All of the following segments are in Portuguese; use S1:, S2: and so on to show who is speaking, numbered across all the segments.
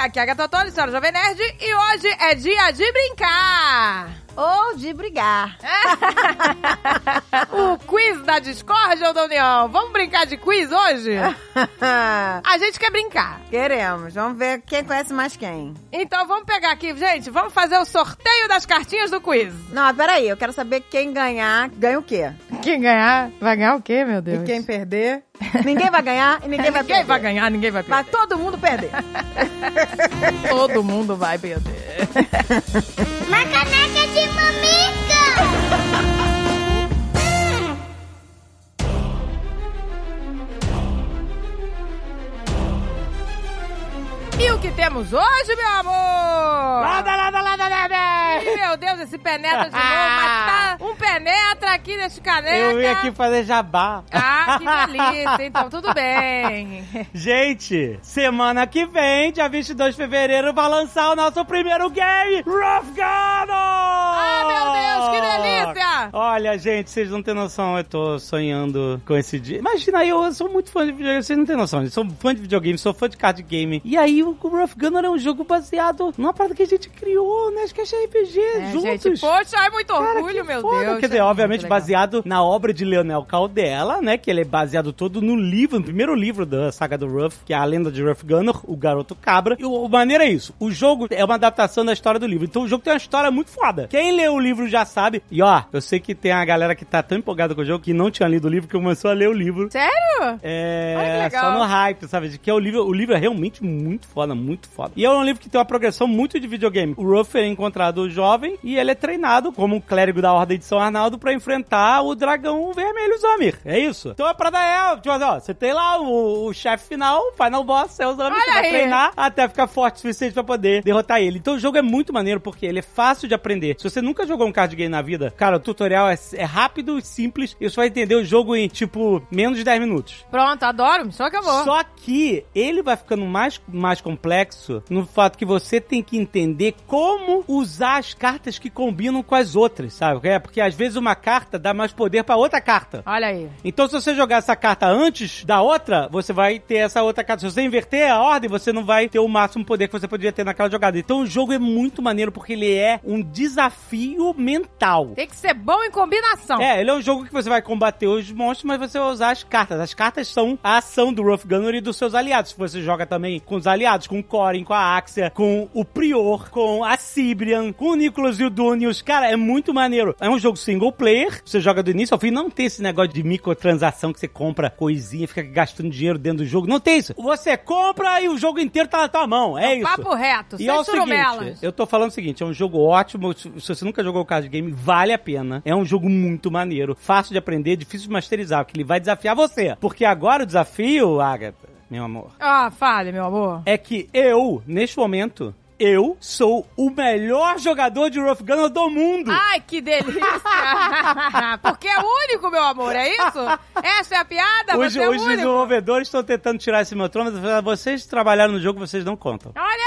S1: Aqui é a Gata Tony, senhora Jovem Nerd, e hoje é dia de brincar!
S2: Ou de brigar.
S1: o quiz da discórdia ou da união? Vamos brincar de quiz hoje? A gente quer brincar.
S2: Queremos. Vamos ver quem conhece mais quem.
S1: Então vamos pegar aqui, gente, vamos fazer o sorteio das cartinhas do quiz.
S2: Não, peraí. Eu quero saber quem ganhar ganha o quê.
S1: Quem ganhar, vai ganhar o quê, meu Deus?
S2: E quem perder. ninguém vai ganhar e ninguém vai
S1: Ninguém
S2: perder.
S1: vai ganhar, ninguém vai
S2: Vai
S1: perder.
S2: todo mundo perder.
S1: Todo mundo vai perder.
S3: Uma caneca de mamica!
S1: E o que temos hoje, meu amor?
S4: Lada, lada, lada, lada!
S1: Ih, Meu Deus, esse penetra de novo, mas tá um penetra aqui neste caneca.
S4: Ah. Eu vim aqui fazer jabá.
S1: Ah, que delícia. Então, tudo bem.
S4: Gente, semana que vem, dia 22 de fevereiro, vai lançar o nosso primeiro game, Rough Gano!
S1: Ah, meu Deus, que delícia!
S4: Olha, gente, vocês não têm noção, eu tô sonhando com esse dia. Imagina aí, eu sou muito fã de videogame, vocês não têm noção, eu sou fã de videogame, sou fã de card game. E aí, o Rough Gunner é um jogo baseado numa parada que a gente criou, né? Acho que é RPG,
S1: É,
S4: juntos.
S1: Gente, poxa, ai, muito
S4: Cara,
S1: orgulho,
S4: que
S1: meu
S4: foda.
S1: Deus.
S4: Quer dizer,
S1: É muito
S4: obviamente
S1: legal.
S4: baseado na obra de Leonel Caldela, né? Que ele é baseado todo no livro, no primeiro livro da saga do Ruff, que é a lenda de Ruff Gunner, o garoto cabra. E o, o maneiro é isso. O jogo é uma adaptação da história do livro. Então o jogo tem uma história muito foda. Quem lê o livro já sabe. E ó, eu sei que tem a galera que tá tão empolgada com o jogo que não tinha lido o livro que começou a ler o livro.
S1: Sério? Olha
S4: É,
S1: que legal.
S4: só no hype, sabe? De que é o livro, o livro é realmente muito foda, muito foda. E é um livro que tem uma progressão muito de videogame. O Ruffer é encontrado jovem e ele é treinado como um clérigo da Ordem de São Arnaldo pra enfrentar o dragão vermelho Zomir. É isso. Então a parada é, tipo, ó, você tem lá o, o chefe final, o final boss, é o Zomir,
S1: Olha
S4: você vai
S1: aí.
S4: treinar até ficar forte o suficiente pra poder derrotar ele. Então o jogo é muito maneiro porque ele é fácil de aprender. Se você nunca jogou um card game na vida, cara, o tutorial é, é rápido, simples e você vai entender o jogo em, tipo, menos de 10 minutos.
S1: Pronto, adoro. Só acabou.
S4: Só que ele vai ficando mais, mais complexo no fato que você tem que entender como usar as cartas que combinam com as outras, sabe? É porque às vezes uma carta dá mais poder pra outra carta.
S1: Olha aí.
S4: Então, se você jogar essa carta antes da outra, você vai ter essa outra carta. Se você inverter a ordem, você não vai ter o máximo poder que você poderia ter naquela jogada. Então, o jogo é muito maneiro porque ele é um desafio mental.
S1: Tem que ser bom em combinação.
S4: É, ele é um jogo que você vai combater os monstros, mas você vai usar as cartas. As cartas são a ação do Rough Gunner e dos seus aliados. Você joga também com os aliados, com o Corin, com a Axia, com o Prior, com a Sibrian, com o Nicholas e o Dunius. Cara, é muito maneiro. É um jogo single player, você joga do início ao fim. Não tem esse negócio de microtransação que você compra coisinha, fica gastando dinheiro dentro do jogo. Não tem isso. Você compra e o jogo inteiro tá na tua mão. É, isso.
S1: um Papo reto,
S4: E
S1: sem
S4: é o seguinte,
S1: surumelas.
S4: eu tô falando o seguinte, é um jogo ótimo, se se você nunca jogou card game, vale a pena. É um jogo muito maneiro, fácil de aprender, difícil de masterizar, porque ele vai desafiar você. Porque agora o desafio, Agatha, meu amor,
S1: Ah, fale, meu amor.
S4: é que eu, neste momento, eu sou o melhor jogador de Rough Gunner do mundo.
S1: Ai, que delícia! Porque é único, meu amor, é isso? Essa é a piada?
S4: Os,
S1: Você é
S4: os
S1: único?
S4: desenvolvedores estão tentando tirar esse meu trono, mas vocês trabalharam no jogo, vocês não contam.
S1: Olha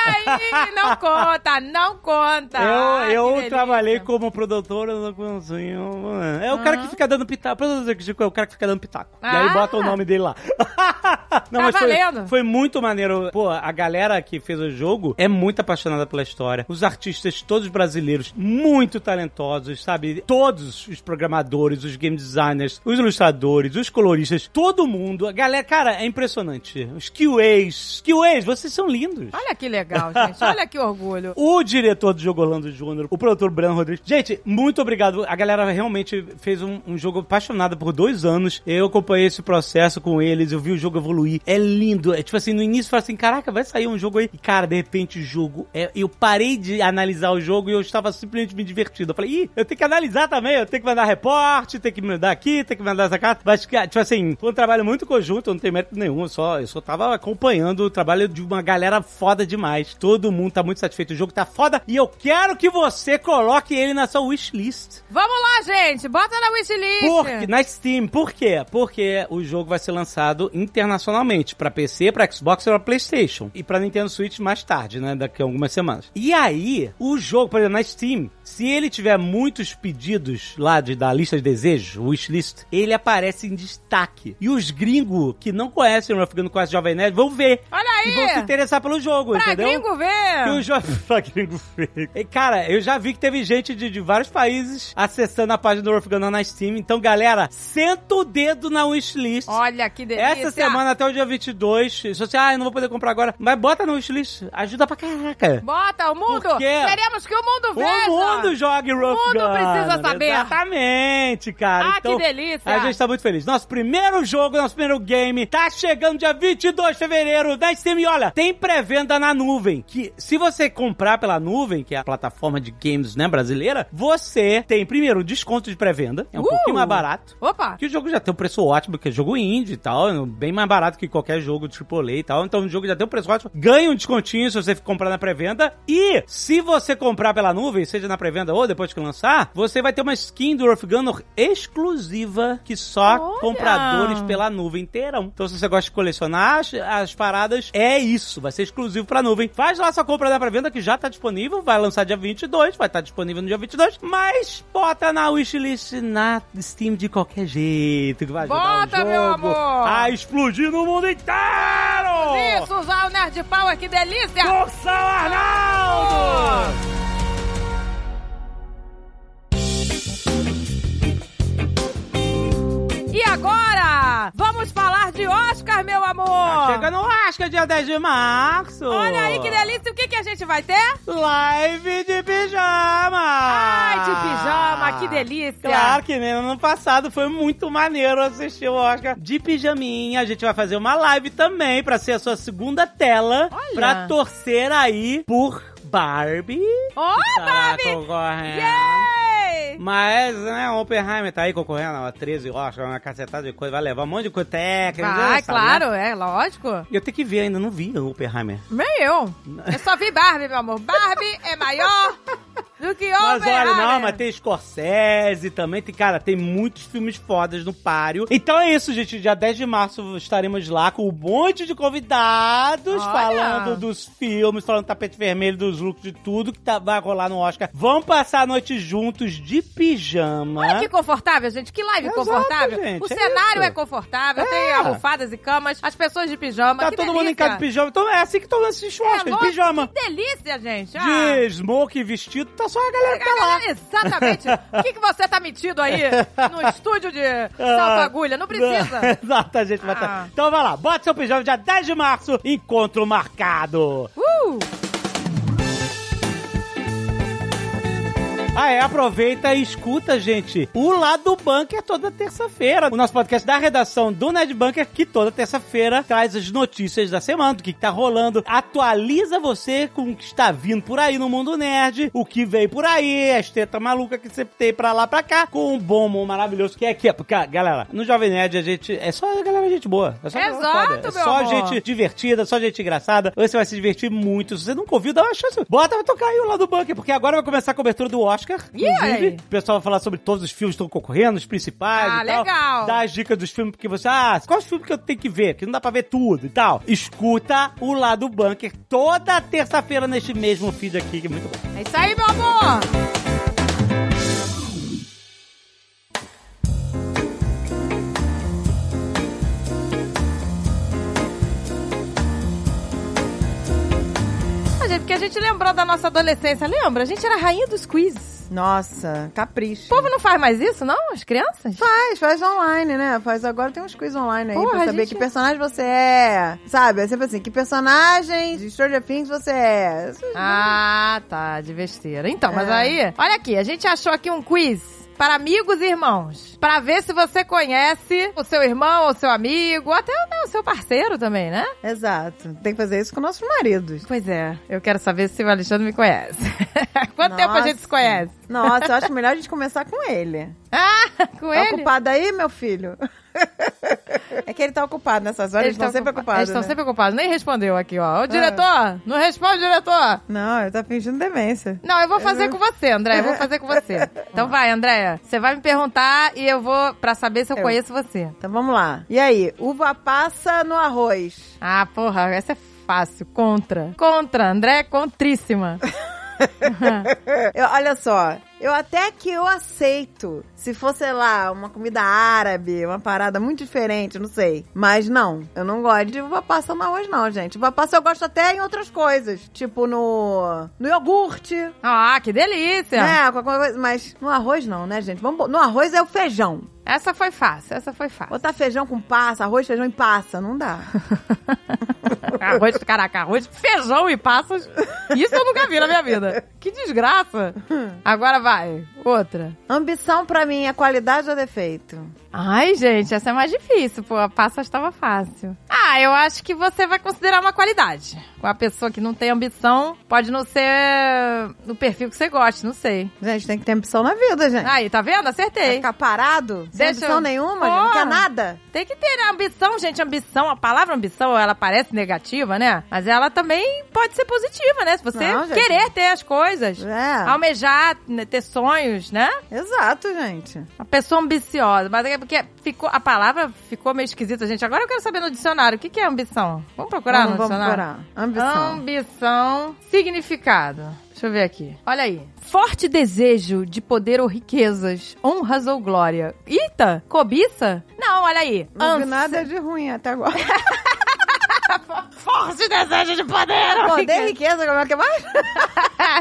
S1: aí, não conta, não conta. Tá, Ai, que
S4: eu eu
S1: delícia.
S4: trabalhei como produtor. eu não consigo- É o cara que fica dando pitaco. Produtor executivo é o cara que fica dando pitaco. E aí
S1: Ah.
S4: bota o nome dele lá. não,
S1: Tá
S4: foi,
S1: valendo.
S4: foi muito maneiro. Pô, a galera que fez o jogo é muito apaixonada pela história. Os artistas, todos brasileiros, muito talentosos, sabe? Todos os programadores, os game designers, os ilustradores, os coloristas, todo mundo. A galera, cara, é impressionante. Os QAs. QAs, vocês são lindos.
S1: Olha que legal, gente. Olha que orgulho.
S4: O diretor do jogo Orlando Júnior, o produtor Breno Rodrigues. Gente, muito obrigado. A galera realmente fez um, um jogo apaixonado por dois anos. Eu acompanhei esse processo com eles, eu vi o jogo evoluir. É lindo. É tipo assim, no início eu falei assim: caraca, vai sair um jogo aí. E, cara, de repente o jogo. é- eu parei de analisar o jogo e eu estava simplesmente me divertindo. Eu falei, ih, eu tenho que analisar também, eu tenho que mandar reporte, tenho que mandar aqui, tenho que mandar essa carta. Mas, cara, tipo assim, foi um trabalho muito conjunto, eu não tenho mérito nenhum, eu só, eu só tava acompanhando o trabalho de uma galera foda demais. Todo mundo tá muito satisfeito, o jogo tá foda e eu quero que você coloque ele na sua wishlist.
S1: Vamos lá, gente. Bota na wishlist.
S4: Porque, na Steam, por quê? Porque o jogo vai ser lançado internacionalmente, pra PC, pra Xbox e pra Playstation. E pra Nintendo Switch mais tarde, né? Daqui a algumas semanas. E aí, o jogo, por exemplo, na Steam, se ele tiver muitos pedidos lá de, da lista de desejos, wishlist, ele aparece em destaque. E os gringos que não conhecem o Rough Gun, não conhecem o Jovem Nerd, vão ver.
S1: Olha aí, aí.
S4: E vão se interessar pelo jogo,
S1: É. pra
S4: entendeu?
S1: gringo
S4: E o
S1: ver.
S4: jo... pra gringo feio. É. E, cara, eu já vi que teve gente de, de vários países acessando a página do Rolf Ganão na Steam. Então, galera, senta o dedo na wishlist.
S1: Olha que delícia.
S4: Essa semana até o dia 22, se você, ah, eu não vou poder comprar agora, mas bota na wishlist, ajuda pra caraca.
S1: Bota o mundo.
S4: Por quê?
S1: Queremos que o mundo veja.
S4: O mundo joga em Rough
S1: O mundo
S4: Gun.
S1: precisa saber.
S4: Exatamente, cara.
S1: Ah,
S4: Então,
S1: que delícia.
S4: A gente tá muito feliz. Nosso primeiro jogo, nosso primeiro game, tá chegando dia 22 de fevereiro na Steam. E olha, tem pré-venda na nuvem, que se você comprar pela nuvem, que é a plataforma de games, né, brasileira, você tem, primeiro, desconto de pré-venda, é um
S1: Uh!
S4: pouquinho mais barato.
S1: Opa.
S4: Que o jogo já tem um preço ótimo, que é jogo indie e tal, bem mais barato que qualquer jogo AAA e tal. Então o jogo já tem um preço ótimo. Ganha um descontinho se você comprar na pré-venda. E se você comprar pela nuvem, seja na pré-venda ou depois que lançar, você vai ter uma skin do Earth Gunner exclusiva que só
S1: Olha!
S4: compradores pela nuvem terão. Então se você gosta de colecionar as, as paradas, é isso. Vai ser exclusivo pra nuvem. Faz lá sua compra na pré-venda que já tá disponível. Vai lançar dia 22, vai estar disponível no dia 22. Mas bota na wishlist na Steam de qualquer jeito. Que vai ajudar
S1: Bota,
S4: o jogo
S1: meu amor!
S4: A explodir no mundo inteiro!
S1: Isso, usar o Nerd Power, que delícia.
S4: Força, Arnaldo!
S1: E agora, vamos falar de Oscar, meu amor.
S4: Tá chegando o Asca dia 10 de março!
S1: Olha aí que delícia, o que, que a gente vai ter?
S4: Live de pijama!
S1: Ai, de pijama, que delícia!
S4: Ah, Claro que nem ano passado foi muito maneiro assistir o Oscar de pijaminha. A gente vai fazer uma live também pra ser a sua segunda tela
S1: Olha.
S4: pra torcer aí por Barbie.
S1: Ó,
S4: Tá
S1: É Barbie!
S4: concorrendo.
S1: Yay!
S4: Mas, né, o Oppenheimer tá aí concorrendo a 13 Oscar, uma cacetada de coisa, vai levar um monte de coisa técnica.
S1: Vai,
S4: já sabe,
S1: claro,
S4: né?
S1: é, lógico.
S4: Eu tenho que ver ainda, não vi o Oppenheimer.
S1: Nem eu. Eu só vi Barbie, meu amor. Barbie é maior do que
S4: Mas olha,
S1: Oppenheimer.
S4: não, mas tem Scorsese também, tem, cara, tem muitos filmes fodas no páreo. Então é isso, gente, dia 10 de março estaremos lá com um monte de convidados
S1: Olha!
S4: falando dos filmes, falando do tapete vermelho, dos looks, de tudo que tá- vai rolar no Oscar. Vamos passar a noite juntos de pijama.
S1: Olha que confortável, gente. Que live
S4: né? Exato,
S1: confortável.
S4: gente,
S1: o
S4: é
S1: cenário
S4: isso.
S1: é confortável,
S4: É.
S1: tem almofadas e camas, as pessoas de pijama.
S4: Tá
S1: que
S4: todo
S1: delícia.
S4: mundo em casa de pijama. Então é assim que todo mundo assiste o
S1: É,
S4: Oscar, de
S1: lógico,
S4: pijama.
S1: Que delícia, gente. Ah.
S4: De smoke vestido, tá só a
S1: É,
S4: galera que tá lá.
S1: Galera, exatamente. O que, que você tá metido aí no estúdio de
S4: Ah.
S1: salto agulha? Não precisa.
S4: Exato, a gente vai tá-
S1: Ah.
S4: Então vai lá, bota seu pijama dia 10 de março, encontro marcado.
S1: Uh!
S4: Ah, é, aproveita e escuta, gente, o Lado Bunker é toda terça-feira. O nosso podcast da redação do Ned Bunker, que toda terça-feira traz as notícias da semana, do que, que tá rolando, atualiza você com o que está vindo por aí no mundo nerd, o que veio por aí, as tetas malucas que você tem pra lá, pra cá, com um bom, bom maravilhoso que é aqui. Porque, galera, no Jovem Nerd a gente, é só a galera gente boa. É só galera
S1: Exato,
S4: foda,
S1: meu
S4: é só
S1: amor.
S4: gente divertida, só gente engraçada. Você vai se divertir muito. Se você nunca ouviu, dá uma chance. Bota pra tocar aí o lado do bunker, porque agora vai começar a cobertura do Oscar.
S1: Ih, olha aí.
S4: Inclusive, o pessoal vai falar sobre todos os filmes que estão concorrendo, os principais
S1: Ah,
S4: e tal.
S1: legal.
S4: Dá as dicas dos filmes, porque você... Ah, quais filmes que eu tenho que ver? Que não dá pra ver tudo e tal. Escuta o lado bunker toda terça-feira neste mesmo feed aqui, que é muito bom.
S1: É isso aí, meu amor. Ah, gente, Porque a gente lembrou da nossa adolescência, lembra? A gente era a rainha dos quizzes.
S2: Nossa, capricho.
S1: O povo não faz mais isso, não? As crianças?
S2: Faz, faz online, né? Faz agora tem uns quiz online aí
S1: Porra,
S2: pra
S1: a
S2: saber
S1: gente-
S2: que personagem você é. Sabe? É sempre assim, que personagem de Stranger Things você é.
S1: Ah, tá, de besteira. Então, mas
S2: É.
S1: aí, olha aqui, a gente achou aqui um quiz para amigos e irmãos, Pra ver se você conhece o seu irmão, o seu amigo, até né, o seu parceiro também, né?
S2: Exato. Tem que fazer isso com nossos maridos.
S1: Pois é, eu quero saber se o Alexandre me conhece. Quanto tempo a
S2: Nossa.
S1: gente se conhece?
S2: Nossa, eu acho melhor a gente começar com ele.
S1: Ah, com
S2: Tá
S1: ele?
S2: ocupado aí, meu filho? é que ele tá ocupado nessas horas, eles estão sempre
S1: ocupa-
S2: ocupados.
S1: Eles estão
S2: né? Ah.
S1: sempre ocupados, nem respondeu aqui, ó. Ô, diretor, não responde, diretor.
S2: Não, ele tá fingindo demência.
S1: Não, eu vou fazer com você, André. Eu vou fazer com você. Então vai, Andréia. Você vai me perguntar e eu vou pra saber se eu
S2: Eu.
S1: conheço você.
S2: Então vamos lá. E aí, uva passa no arroz.
S1: Ah, porra, essa é fácil. Contra. Contra, André é contríssima.
S2: Eu- olha só, eu até que eu aceito se fosse, sei lá, uma comida árabe, uma parada muito diferente, não sei. Mas não, eu não gosto de uva passa no arroz, não, gente. Uva passa eu gosto até em outras coisas, tipo no, no iogurte,
S1: Ah, que delícia!
S2: né? com alguma coisa- Mas no arroz não, né, gente? Vamos, bo- no arroz é o feijão.
S1: Essa foi fácil, essa foi fácil.
S2: Botar feijão com passa, arroz, feijão e passa, não dá.
S1: Arroz, caraca, arroz, feijão e passas. Isso eu nunca vi na minha vida. Que desgraça. Agora vai, outra.
S2: Ambição pra mim é qualidade ou defeito?
S1: Ai, gente, essa é mais difícil, pô. A passa estava fácil. Ah, eu acho que você vai considerar uma qualidade. Uma pessoa que não tem ambição pode não ser no perfil que você goste, não sei.
S2: Gente, tem que ter ambição na vida, gente.
S1: Aí, tá vendo?
S2: Vai
S1: Acertei.
S2: ficar parado? Sem
S1: Deixa
S2: ambição
S1: eu-
S2: nenhuma, gente, não quer
S1: Porra.
S2: nada?
S1: Tem que ter né? ambição, gente. Ambição, a palavra ambição, ela parece negativa, né? Mas ela também pode ser positiva, né? Se você
S2: Não, gente.
S1: querer ter as coisas,
S2: É.
S1: almejar, né, ter sonhos, né?
S2: Exato, gente.
S1: Uma pessoa ambiciosa. Mas é porque ficou, a palavra ficou meio esquisita, gente. Agora eu quero saber no dicionário. O que, que é ambição? Vamos procurar
S2: vamos,
S1: no
S2: vamos
S1: dicionário?
S2: procurar. Ambição.
S1: Ambição, significado. Deixa eu ver aqui. Olha aí. Forte desejo de poder ou riquezas, honras ou glória. Eita, cobiça? Não, olha aí.
S2: Não vi
S1: Ansi-
S2: nada de ruim até agora.
S1: Forte desejo de poder ou
S2: Poder,
S1: riquezas.
S2: riqueza, como é que é mais?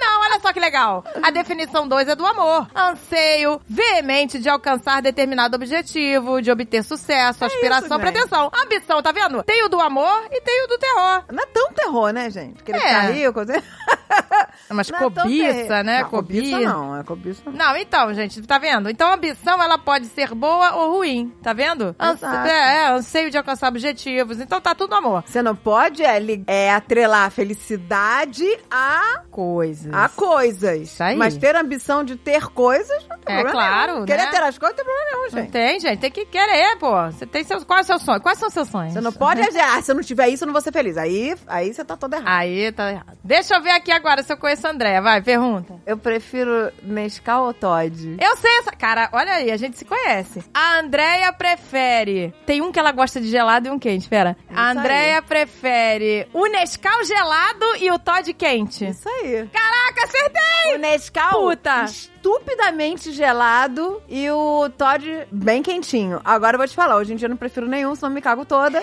S1: Não, olha só que legal. A definição 2 é do amor. Anseio veemente de alcançar determinado objetivo, de obter sucesso, aspiração,
S2: É isso, gente.
S1: pretensão. Ambição, tá vendo? Tem o do amor e tem o do terror.
S2: Não é tão terror, né, gente? Porque ele
S1: É.
S2: tá rico. né?
S1: Mas
S2: Não é tão
S1: cobiça,
S2: terror.
S1: né?
S2: Não, cobiça não, é cobiça não.
S1: Não, então, gente, tá vendo? Então, a ambição, ela pode ser boa ou ruim, tá vendo? Anse-
S2: Exato.
S1: é, é, anseio de alcançar objetivos. Então, tá tudo amor.
S2: Você não pode é, li- é, atrelar a felicidade a,
S1: Coisas.
S2: a coisas.
S1: Isso aí.
S2: Mas ter ambição de ter coisas não tem
S1: É
S2: problema
S1: claro,
S2: nenhum.
S1: né?
S2: Querer ter as coisas não tem problema nenhum,
S1: Não
S2: gente.
S1: tem, gente. Tem que querer, pô. Você tem seus... Qual é o seu sonho? Quais são seus sonhos?
S2: Você não pode... Ah, se eu não tiver isso, eu não vou ser feliz. Aí, aí você tá toda errada.
S1: Aí, tá errado. Deixa eu ver aqui agora se eu conheço a Andréia. Vai, pergunta.
S2: Eu prefiro Nescau ou Todd?
S1: Eu sei essa... Cara, olha aí, a gente se conhece. A Andréia prefere... Tem um que ela gosta de gelado e um quente, pera. a
S2: É aí.
S1: Andréia prefere o Nescau gelado e o Todd quente.
S2: É Isso aí.
S1: Caraca, acertei!
S2: O Nescau
S1: Puta.
S2: estupidamente gelado e o Todd bem quentinho. Agora eu vou te falar, hoje em dia eu não prefiro nenhum, senão eu me cago toda.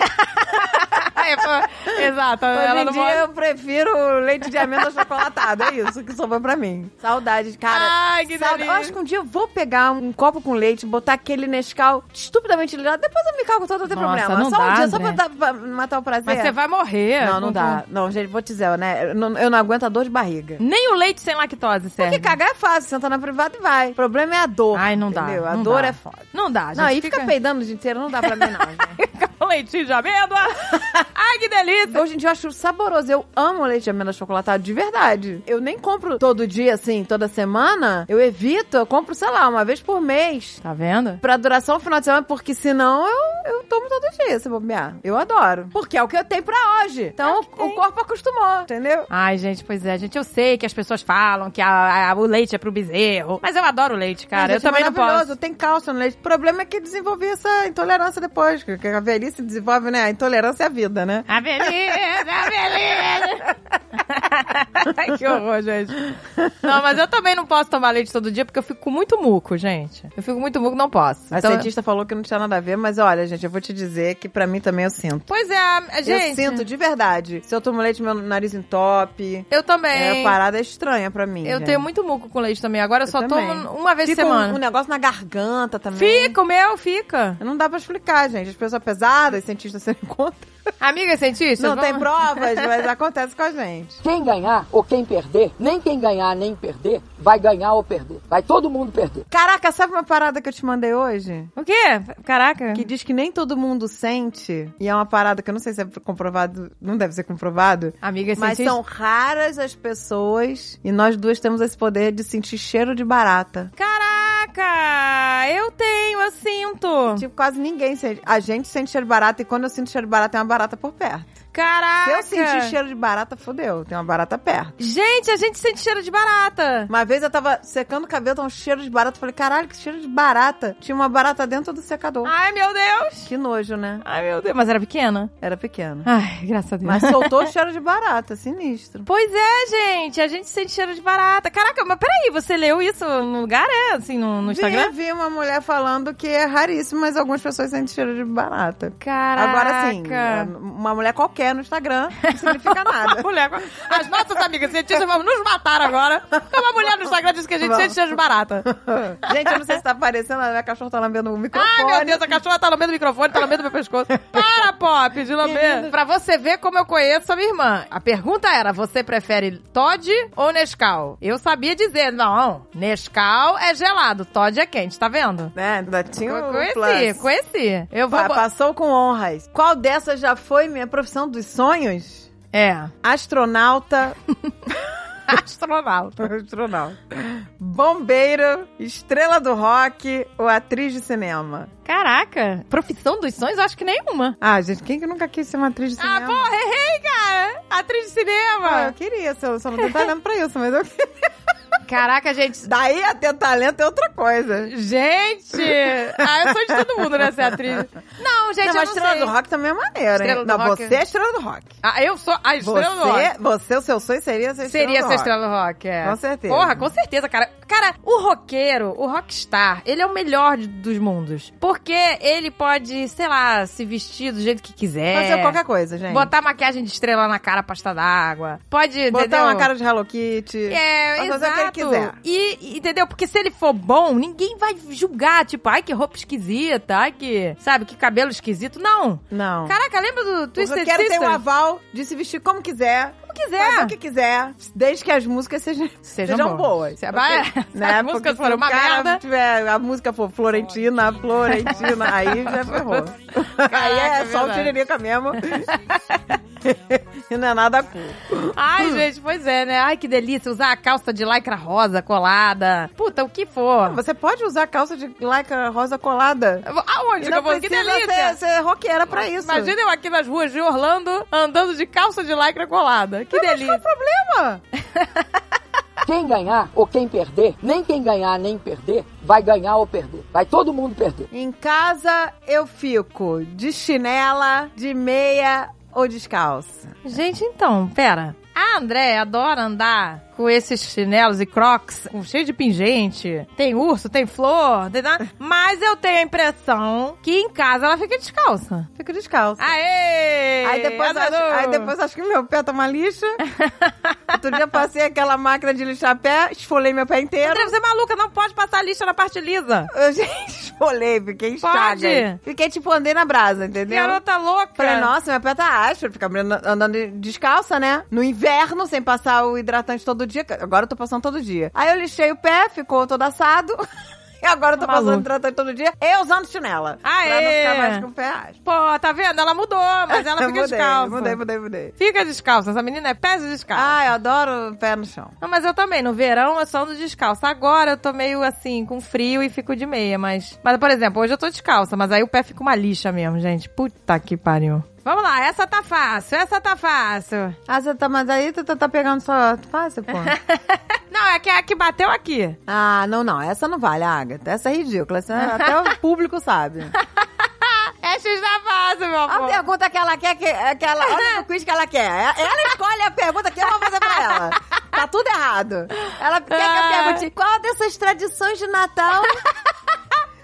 S1: É, pô, exato,
S2: hoje
S1: ela
S2: em
S1: não
S2: dia
S1: mostra.
S2: eu prefiro leite de amêndoa chocolatado, é isso que sobrou pra mim. Saudade, cara.
S1: Ai, que
S2: Saudade. Eu
S1: delícia.
S2: acho que um dia eu vou pegar um copo com leite, botar aquele Nescau estupidamente gelado, depois eu me cago toda, não tem
S1: Nossa,
S2: problema.
S1: não
S2: só um
S1: dá,
S2: dia, só pra,
S1: André.
S2: dar- pra matar o prazer.
S1: Mas você vai morrer.
S2: é. Não, não dá. Não, gente, vou te dizer, né? Eu não, eu não aguento a dor de barriga.
S1: Nem o leite sem lactose serve.
S2: Porque cagar é fácil, senta na privada e vai. O problema é a dor.
S1: Ai, não dá.
S2: entendeu? A
S1: não
S2: dor
S1: dá.
S2: é foda.
S1: Não dá, gente.
S2: Não, e fica peidando o dia inteiro, não dá pra mim, não. gente.
S1: fica com leitinho de amêndoa. Ai, que delícia.
S2: Hoje em dia eu acho saboroso. Eu amo leite de amêndoa chocolatado de verdade. Eu nem compro todo dia, assim, toda semana. Eu evito, eu compro, sei lá, uma vez por mês.
S1: Tá vendo?
S2: Pra duração final de semana, porque senão eu, eu tomo todo dia, se bobear. Eu adoro. Porque é o que eu tenho pra hoje. Então o corpo acostumou, entendeu?
S1: Ai, gente, pois é, gente. Eu sei que as pessoas falam que a- a- o leite é pro bezerro. Mas eu adoro leite, cara.
S2: Não,
S1: eu
S2: gente, é
S1: também não
S2: maravilhoso,
S1: posso.
S2: Tem cálcio no leite. O problema é que desenvolvi essa intolerância depois, que que a velhice desenvolve, né? A intolerância é a vida, né?
S1: A beleza, a beleza. Ai, que horror, gente. Não, mas eu também não posso tomar leite todo dia porque eu fico com muito muco, gente. Eu fico com muito muco, não posso.
S2: A
S1: Então-
S2: cientista falou que não tinha nada a ver, mas olha, gente, eu vou te dizer que pra mim também eu sinto.
S1: Pois é, a- a
S2: Eu
S1: gente.
S2: sinto de verdade. Se eu tomo leite, meu nariz entope.
S1: Eu
S2: É,
S1: também.
S2: a parada é estranha pra mim.
S1: eu
S2: gente.
S1: tenho muito muco com leite também. né? Agora eu, só
S2: também.
S1: tomo uma vez por
S2: Fica um-
S1: semana.
S2: um negócio na garganta também.
S1: Fica, o meu, fica.
S2: Não dá pra explicar, gente. As pessoas pesadas, os cientistas se encontram.
S1: Amiga é cientista?
S2: Não tá tem
S1: vamos-
S2: provas, mas acontece com a gente.
S5: Quem ganhar ou quem perder, nem quem ganhar nem perder, vai ganhar ou perder. Vai todo mundo perder.
S2: Caraca, sabe uma parada que eu te mandei hoje?
S1: O quê? Caraca.
S2: que diz que nem todo mundo sente, e é uma parada que eu não sei se é comprovado, não deve ser comprovado,
S1: Amiga é
S2: mas
S1: cientista?
S2: são raras as pessoas, e nós duas temos esse poder de sentir cheiro de barata.
S1: Caraca! Eu tenho, eu sinto.
S2: Tipo, quase ninguém sente. A gente sente cheiro de barata, e quando eu sinto cheiro de barata, tem uma barata por perto. Se
S1: Caraca!
S2: eu sentir cheiro de barata, fodeu. Tem uma barata perto.
S1: Gente, a gente sente cheiro de barata.
S2: Uma vez eu tava secando o cabelo, tava um cheiro de barata. eu Falei, caralho, que cheiro de barata. Tinha uma barata dentro do secador.
S1: Ai, meu Deus!
S2: Que nojo, né?
S1: Ai, meu Deus. Mas era pequena?
S2: Era pequena.
S1: Ai, graças a Deus.
S2: Mas soltou o cheiro de barata, sinistro.
S1: Pois é, gente, a gente sente cheiro de barata. Caraca, mas peraí, você leu isso no lugar, é? Assim, no, no Instagram?
S2: Vi, vi uma mulher falando que é raríssimo, mas algumas pessoas sentem cheiro de barata.
S1: Caraca.
S2: Agora sim, é, uma mulher qualquer no Instagram não significa nada.
S1: Mulher, as nossas amigas cientistas vão nos matar agora. Porque uma mulher no Instagram disse que a gente
S2: Vamos.
S1: sente cheiro de barata.
S2: Gente, eu não sei se tá aparecendo, a minha cachorra tá lambendo o
S1: Ai,
S2: microfone.
S1: meu Deus, a cachorra tá lambendo o microfone, tá lambendo meu pescoço. Para, Pop, de lamber. Pra você ver como eu conheço a minha irmã. A pergunta era, você prefere Todd ou Nescau? Eu sabia dizer, não, Nescau é gelado, Todd é quente, tá vendo?
S2: Né, ainda tinha
S1: Eu
S2: o
S1: conheci,
S2: plus.
S1: conheci. Eu vou...
S2: Pa- Passou com honras. Qual dessas já foi minha profissão dos sonhos?
S1: É,
S2: Astronauta,
S1: astronauta.
S2: astronauta, bombeiro, estrela do rock ou atriz de cinema?
S1: Caraca, profissão dos sonhos, eu acho que nenhuma.
S2: Ah, gente, quem que nunca quis ser uma atriz de
S1: Ah,
S2: cinema?
S1: porra, errei, cara. Atriz de
S2: Ah, eu
S1: cinema.
S2: queria, só, só não tenho talento pra isso, mas eu queria.
S1: Ah, Caraca, gente.
S2: Daí a ter talento é outra coisa.
S1: Gente! Ah, eu sou de todo mundo, né, ser atriz. Não, gente, eu
S2: não, mas
S1: não
S2: estrela
S1: sei.
S2: do rock também é maneira,
S1: Estrela
S2: hein?
S1: do
S2: Não,
S1: rock-
S2: você é estrela do rock.
S1: Ah, eu sou a
S2: Você,
S1: estrela do rock.
S2: você, o seu sonho seria ser estrela
S1: Seria ser
S2: do rock.
S1: estrela do rock, é.
S2: Com certeza.
S1: Porra, com certeza, cara. Cara, o roqueiro, o rockstar, ele é o melhor de- dos mundos. Porque ele pode, sei lá, se vestir do jeito que quiser.
S2: Fazer qualquer coisa, gente.
S1: Botar maquiagem de estrela na cara, pasta d'água. Pode,
S2: Botar
S1: entendeu?
S2: uma cara de Hello Kitty.
S1: É,
S2: Pode
S1: exato.
S2: fazer o que ele quiser.
S1: E, e, entendeu? Porque se ele for bom, ninguém vai julgar, tipo, ai, que roupa esquisita, ai, que, sabe, que cabelo esquisito. Não.
S2: Não.
S1: Caraca, lembra do
S2: eu
S1: Twisted
S2: quero ter
S1: Sister?
S2: um aval de se vestir como quiser,
S1: Como
S2: fazer
S1: quiser.
S2: o que quiser, desde que as músicas sejam,
S1: Sejam
S2: boas.
S1: boas. Se a- vai-
S2: Porque, né,
S1: se as músicas
S2: porque se
S1: forem
S2: o
S1: uma
S2: cara
S1: merda-
S2: Tiver, a música for Florentina, Florentina, aí já ferrou. aí é
S1: Caraca,
S2: só o
S1: verdade.
S2: tiririca mesmo. e não é nada cool.
S1: Ai, gente, pois é, né? Ai, que delícia usar a calça de lycra rosa colada. Puta, o que for.
S2: Você pode usar calça de lycra rosa colada.
S1: Aonde que
S2: E
S1: eu
S2: não
S1: vou? Que
S2: precisa
S1: delícia!
S2: ser, ser roqueira pra isso.
S1: Imagina eu aqui nas ruas de Orlando andando de calça de lycra colada. Que delícia!
S2: problema.
S5: Quem ganhar ou quem perder, nem quem ganhar nem perder, vai ganhar ou perder. Vai todo mundo perder.
S2: Em casa eu fico de chinela, de meia ou descalça.
S1: Gente, então, pera. A André adora andar com esses chinelos e crocs, com- cheio de pingente. Tem urso, tem flor, tem nada. Mas eu tenho a impressão que em casa ela fica descalça.
S2: Fico descalça.
S1: Aê!
S2: Aí depois, acho,
S1: Adorou!
S2: aí depois acho que meu pé tá uma lixa. Outro dia passei aquela máquina de lixar pé, esfolei meu pé inteiro.
S1: André, você é maluca, não pode passar lixa na parte lisa.
S2: Eu, gente, esfolei, fiquei
S1: Pode.
S2: inchada. Fiquei tipo, andei na brasa, entendeu?
S1: Garota louca.
S2: Falei, nossa, meu pé tá áspero, fica abrindo- andando descalça, né? No inverno, sem passar o hidratante todo dia. que Agora eu tô passando todo dia. Aí eu lixei o pé, ficou todo assado. E agora eu tô
S1: Maluco.
S2: passando hidratante todo dia e usando chinela. Pra não
S1: Aê!
S2: ficar mais com o pé áspero.
S1: Pô, tá vendo? Ela mudou, mas ela fica
S2: mudei,
S1: descalça.
S2: Mudei, mudei, mudei.
S1: Fica descalça, essa menina é pés descalça.
S2: Ah, eu adoro o pé no chão.
S1: Não, mas eu também, no verão eu só ando descalça. Agora eu tô meio assim, com frio e fico de meia, mas. Mas, por exemplo, hoje eu tô descalça, mas aí o pé fica uma lixa mesmo, gente. Puta que pariu. Vamos lá, essa tá fácil, essa tá fácil.
S2: Ah, você tá, mas aí tu tá, tá pegando só fácil, pô.
S1: Não, é que a que bateu aqui.
S2: ah, não, não. Essa não vale, Agatha. Essa é ridícula. Essa, até o público sabe.
S1: É X da fácil, meu
S2: A
S1: amor.
S2: pergunta que ela quer, que, é que ela, olha o quiz que ela quer. É- Ela escolhe a pergunta que eu vou fazer pra ela. Tá tudo errado. Ela quer que eu pergunte qual dessas tradições de Natal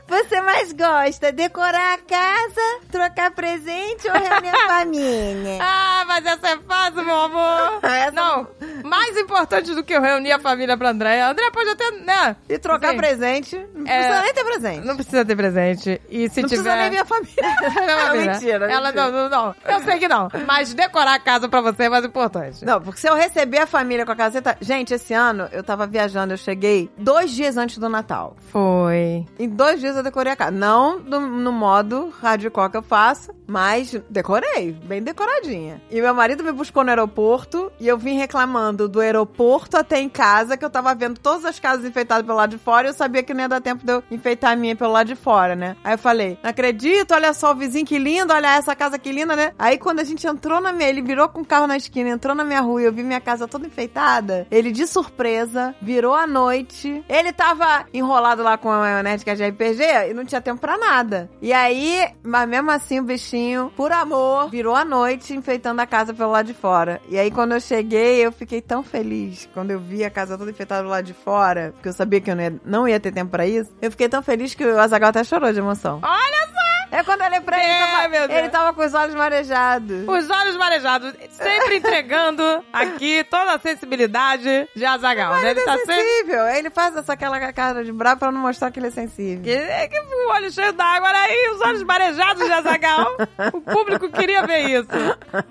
S2: você mais gosta? Decorar a casa, trocar presente ou reunir a família?
S1: Ah, mas essa é fácil, meu amor.
S2: Ah, Essa-
S1: Não, mais importante do que eu reunir a família pra André. André pode até, né?
S2: E trocar
S1: Sim.
S2: presente, não
S1: É.
S2: precisa nem ter presente.
S1: Não precisa ter presente. E se
S2: Não
S1: tiver...
S2: precisa nem minha família.
S1: Não,
S2: Não,
S1: mentira.
S2: Ah, mentira,
S1: Ela
S2: mentira.
S1: não, não, não. Eu sei que não. Mas decorar a casa pra você é mais importante.
S2: Não, porque se eu receber a família com a caseta. Gente, esse ano eu tava viajando, eu cheguei dois dias antes do Natal.
S1: Foi.
S2: Em dois dias eu decorei a casa. Não no, no modo hardcore que eu faço, mas decorei, bem decoradinha. E meu marido me buscou no aeroporto e eu vim reclamando. indo do aeroporto até em casa, que eu tava vendo todas as casas enfeitadas pelo lado de fora e eu sabia que não ia dar tempo de eu enfeitar a minha pelo lado de fora, né? Aí eu falei, não acredito, olha só o vizinho que lindo, olha essa casa que linda, né? Aí quando a gente entrou na minha, ele virou com o carro na esquina, entrou na minha rua e eu vi minha casa toda enfeitada, ele de surpresa, virou à noite, ele tava enrolado lá com a maionese que é de RPG e não tinha tempo pra nada. E aí, mas mesmo assim o bichinho, por amor, virou à noite enfeitando a casa pelo lado de fora. E aí quando eu cheguei, eu fiquei tão feliz quando eu vi a casa toda enfeitada do lado de fora, porque eu sabia que eu não ia, não ia ter tempo pra isso. Eu fiquei tão feliz que o Azagal até chorou de emoção.
S1: Olha só!
S2: É quando eu olhei pra ele,
S1: É,
S2: ele tava-
S1: meu Deus.
S2: ele tava com os olhos marejados.
S1: Os olhos marejados, sempre entregando aqui toda a sensibilidade de Azagal.
S2: Mas
S1: Né?
S2: ele
S1: Ele
S2: é
S1: tá sempre.
S2: sensível. Ele faz essa aquela cara de brabo pra não mostrar que ele é sensível.
S1: Que, é que o olho cheio d'água, olha aí, os olhos marejados de Azagal. O público queria ver isso.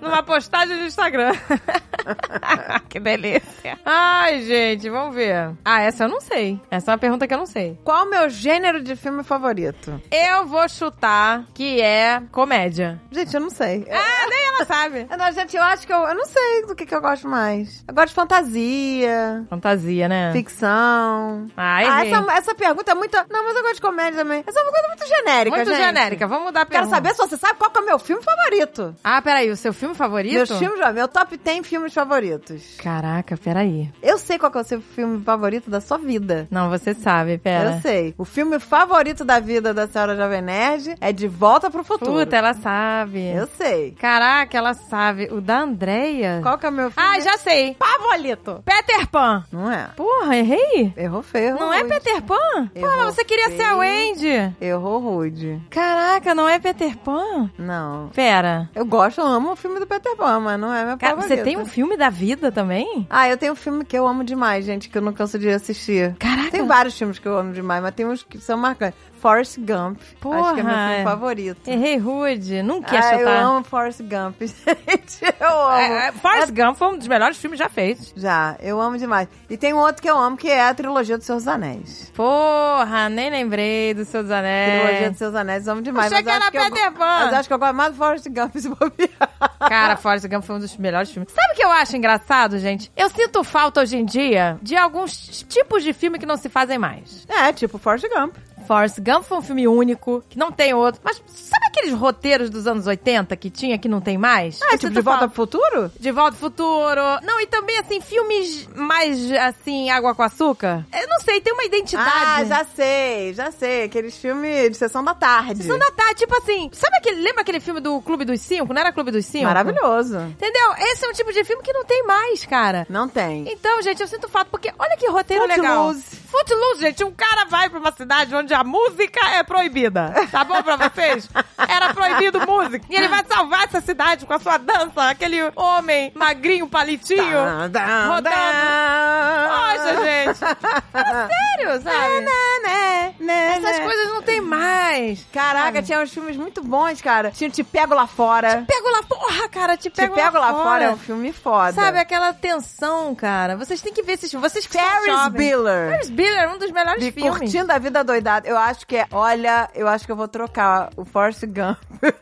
S1: Numa postagem no Instagram. que delícia. Ai, gente, vamos ver. Ah, essa eu não sei. Essa é uma pergunta que eu não sei.
S2: Qual o meu gênero de filme favorito?
S1: Eu vou chutar que é comédia.
S2: Gente, eu não sei.
S1: Ah, nem ela sabe.
S2: Eu- Não, gente, eu acho que eu, eu não sei do que, que eu gosto mais. Eu gosto de fantasia,
S1: Fantasia, né?
S2: ficção.
S1: Ai,
S2: ah,
S1: gente.
S2: essa, essa pergunta é muito. Não, mas eu gosto de comédia também. Essa é uma coisa muito genérica,
S1: Muito
S2: gente.
S1: genérica. Vamos mudar a
S2: Quero
S1: pergunta.
S2: saber se você sabe qual que é o meu filme favorito.
S1: Ah, peraí, o seu filme favorito?
S2: Meus filmes, ó, meu top 10 filmes favoritos.
S1: Caraca, peraí.
S2: Eu sei qual que é o seu filme favorito da sua vida.
S1: Não, você sabe, pera.
S2: Eu sei. O filme favorito da vida da senhora Jovem Nerd é De Volta pro Futuro.
S1: Puta, é ela sabe.
S2: Eu sei.
S1: Caraca, ela sabe. O da Andrea?
S2: Qual que é o meu filme?
S1: Ah, já sei.
S2: Pavolito.
S1: Peter Pan.
S2: Não é.
S1: Porra, errei.
S2: Errou feio. errou
S1: Não é
S2: rude.
S1: Peter Pan?
S2: Errou
S1: Pô, mas você queria ser a Wendy.
S2: Errou rude.
S1: Caraca, não é Peter Pan?
S2: Não.
S1: Pera.
S2: Eu gosto, eu amo o filme do Peter Pan, mas não é meu
S1: Cara,
S2: favorito.
S1: você tem um filme da vida também?
S2: Ah, eu tenho um filme que eu amo demais, gente, que eu não canso de assistir.
S1: Caraca.
S2: Tem vários filmes que eu amo demais, mas tem uns que são marcantes. Forrest Gump. acho que é meu
S1: Porra,
S2: filme
S1: é.
S2: favorito.
S1: Errei rude. Nunca ia
S2: ah, eu
S1: chutar.
S2: amo Forrest Gump, gente. Eu amo.
S1: É, é, Forrest Gump foi um dos melhores filmes já feitos.
S2: Já, eu amo demais. E tem um outro que eu amo, que é a trilogia dos Seus Anéis.
S1: Porra, nem lembrei dos seus
S2: Trilogia
S1: anéis.
S2: dos Seus Anéis, eu amo demais.
S1: Achei
S2: mas eu
S1: que
S2: acho
S1: era
S2: eu
S1: Peter
S2: go-
S1: Pan.
S2: Mas eu acho que eu gosto mais do Forrest Gump se bobear.
S1: Cara, Forrest Gump foi um dos melhores filmes. Sabe o que eu acho engraçado, gente? Eu sinto falta hoje em dia de alguns tipos de filme que não se fazem mais.
S2: É, tipo Forrest Gump.
S1: Forrest Gump foi um filme único, que não tem outro. Mas sabe aqueles roteiros dos anos 80 que tinha que não tem mais?
S2: É,
S1: Eu
S2: tipo
S1: sinto
S2: De Volta
S1: falta.
S2: pro Futuro?
S1: De Volta ao Futuro. Não, e também, assim, filmes mais, assim, água com açúcar. Eu não sei, tem uma identidade.
S2: Ah, já sei, já sei. Aqueles filmes de Sessão da Tarde.
S1: Sessão da tarde, tipo assim, sabe aquele, lembra aquele filme do Clube dos Cinco? Não era Clube dos Cinco?
S2: Maravilhoso.
S1: Entendeu? Esse é um tipo de filme que não tem mais, cara.
S2: Não tem.
S1: Então, gente, eu sinto falta, porque olha que roteiro legal.
S2: Footloose.
S1: Footloose, gente, um cara vai pra uma cidade onde a música é proibida. Tá bom pra vocês? Era proibido música. E ele vai salvar essa cidade com a sua dança, aquele homem magrinho, palitinho.
S2: Dá, dá,
S1: rodando.
S2: dá.
S1: Nossa, gente. É sério, sabe?
S2: Né, né,
S1: Essas
S2: né.
S1: coisas não tem mais.
S2: Caraca, tinha uns filmes muito bons, cara. Tinha o Te Pego Lá Fora.
S1: Pego lá, porra, cara, te
S2: Te
S1: pego,
S2: Pego, lá, fora é um filme foda.
S1: Sabe, aquela tensão, cara. Vocês têm que ver esses filmes. Vocês que são
S2: Ferris
S1: jovens.
S2: Bueller.
S1: Ferris Bueller é um dos melhores
S2: De
S1: filmes.
S2: curtindo a vida doidada. Eu acho que é. Olha, eu acho que eu vou trocar o Forrest Gump.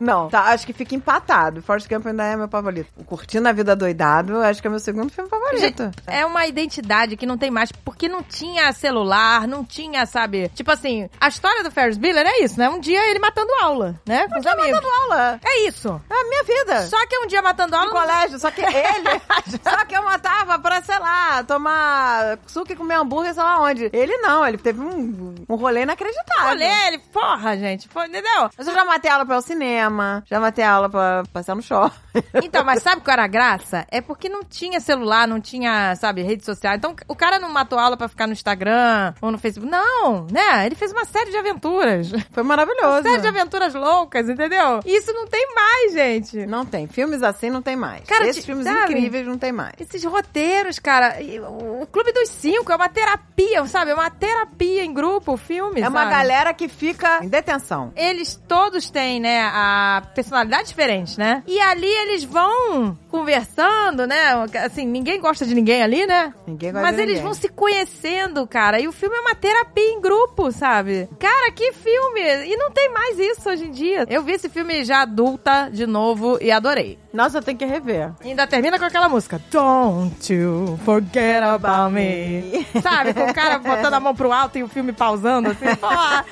S2: Não, tá, acho que fica empatado. Forrest Gump ainda é meu favorito. O Curtindo a Vida Doidado, eu acho que é meu segundo filme favorito.
S1: É uma identidade que não tem mais, porque não tinha celular, não tinha, sabe? Tipo assim, a história do Ferris Bueller é isso, né? Um dia ele matando aula, né? Com os amigos.
S2: Matando Tá aula.
S1: É isso.
S2: É a minha vida.
S1: Só É que um dia matando aula.
S2: no colégio, só que ele. só que eu matava pra, sei lá, tomar suco e comer hambúrguer, sei lá onde. Ele não, ele teve um, um rolê inacreditável.
S1: Olha ele, porra, gente. Foi, entendeu?
S2: Mas eu já matei aula pra ir ao cinema, já matei aula pra passar no shopping.
S1: Então, mas sabe qual era a graça? É porque não tinha celular, não tinha, sabe, rede social. Então, o cara não matou aula pra ficar no Instagram ou no Facebook. Não, né? Ele fez uma série de aventuras.
S2: Foi maravilhoso.
S1: Série é de aventuras loucas, entendeu? E Isso não tem mais, gente.
S2: Não tem. Filmes assim não tem mais.
S1: Cara,
S2: Esses
S1: te-
S2: filmes
S1: sabe?
S2: incríveis não tem mais.
S1: Esses roteiros, cara. e O o Clube dos Cinco é uma terapia, sabe? É uma terapia em grupo, o filme.
S2: É uma
S1: sabe?
S2: galera que fica em detenção.
S1: Eles todos têm, né, a personalidade diferente, né? E ali eles vão conversando, né? Assim, ninguém gosta de ninguém ali, né?
S2: Ninguém gosta
S1: Mas
S2: de
S1: eles
S2: ninguém.
S1: vão se conhecendo, cara. E o filme é uma terapia em grupo, sabe? Cara, que filme! E não tem mais isso hoje em dia. Eu vi esse filme já adulta de novo e adorei.
S2: Nossa, eu tenho que rever.
S1: Ainda termina com aquela música. Don't you forget about me. Sabe? Com o cara botando a mão pro alto e o filme pausando, assim. Porra,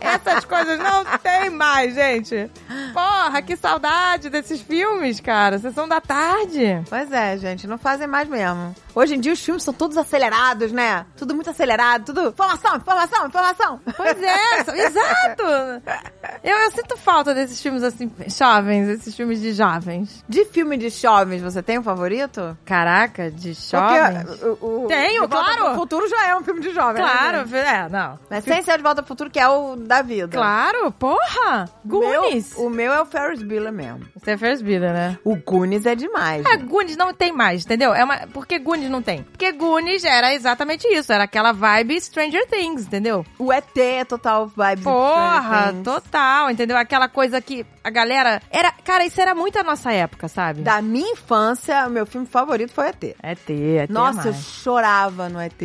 S1: essas coisas não tem mais, gente. Porra, que saudade desses filmes, cara. Sessão da tarde.
S2: Pois é, gente, não fazem mais mesmo. Hoje em dia os filmes são todos acelerados, né? Tudo muito acelerado, tudo. Informação, informação, informação.
S1: Pois é, so- exato. Eu, eu sinto falta desses filmes, assim, jovens. Esses filmes de jovens.
S2: De filme de jovens, você tem um favorito?
S1: Caraca, de jovens.
S2: Porque o, o, o
S1: Tenho,
S2: De Volta
S1: claro.
S2: pro Futuro já é um filme de jovens.
S1: Claro,
S2: Né?
S1: é, não.
S2: Mas sem ser o De Volta pro Futuro, que é o da vida.
S1: Claro, porra!
S2: O meu-
S1: Goonies!
S2: O meu é o Ferris Bueller mesmo.
S1: Você é Ferris Bueller, né?
S2: O Goonies é demais.
S1: Ah,
S2: gente.
S1: Goonies não tem mais, entendeu? É uma... Por que Goonies não tem? Porque Goonies era exatamente isso, era aquela vibe Stranger Things, entendeu?
S2: O ET é total vibe.
S1: Porra,
S2: Stranger Things.
S1: total, entendeu? Aquela coisa que a galera... era, Cara, isso era muito a nossa época, sabe?
S2: Da minha infância, o meu filme favorito foi o ET.
S1: É ter, é ter
S2: Nossa, eu
S1: mais.
S2: chorava no ET.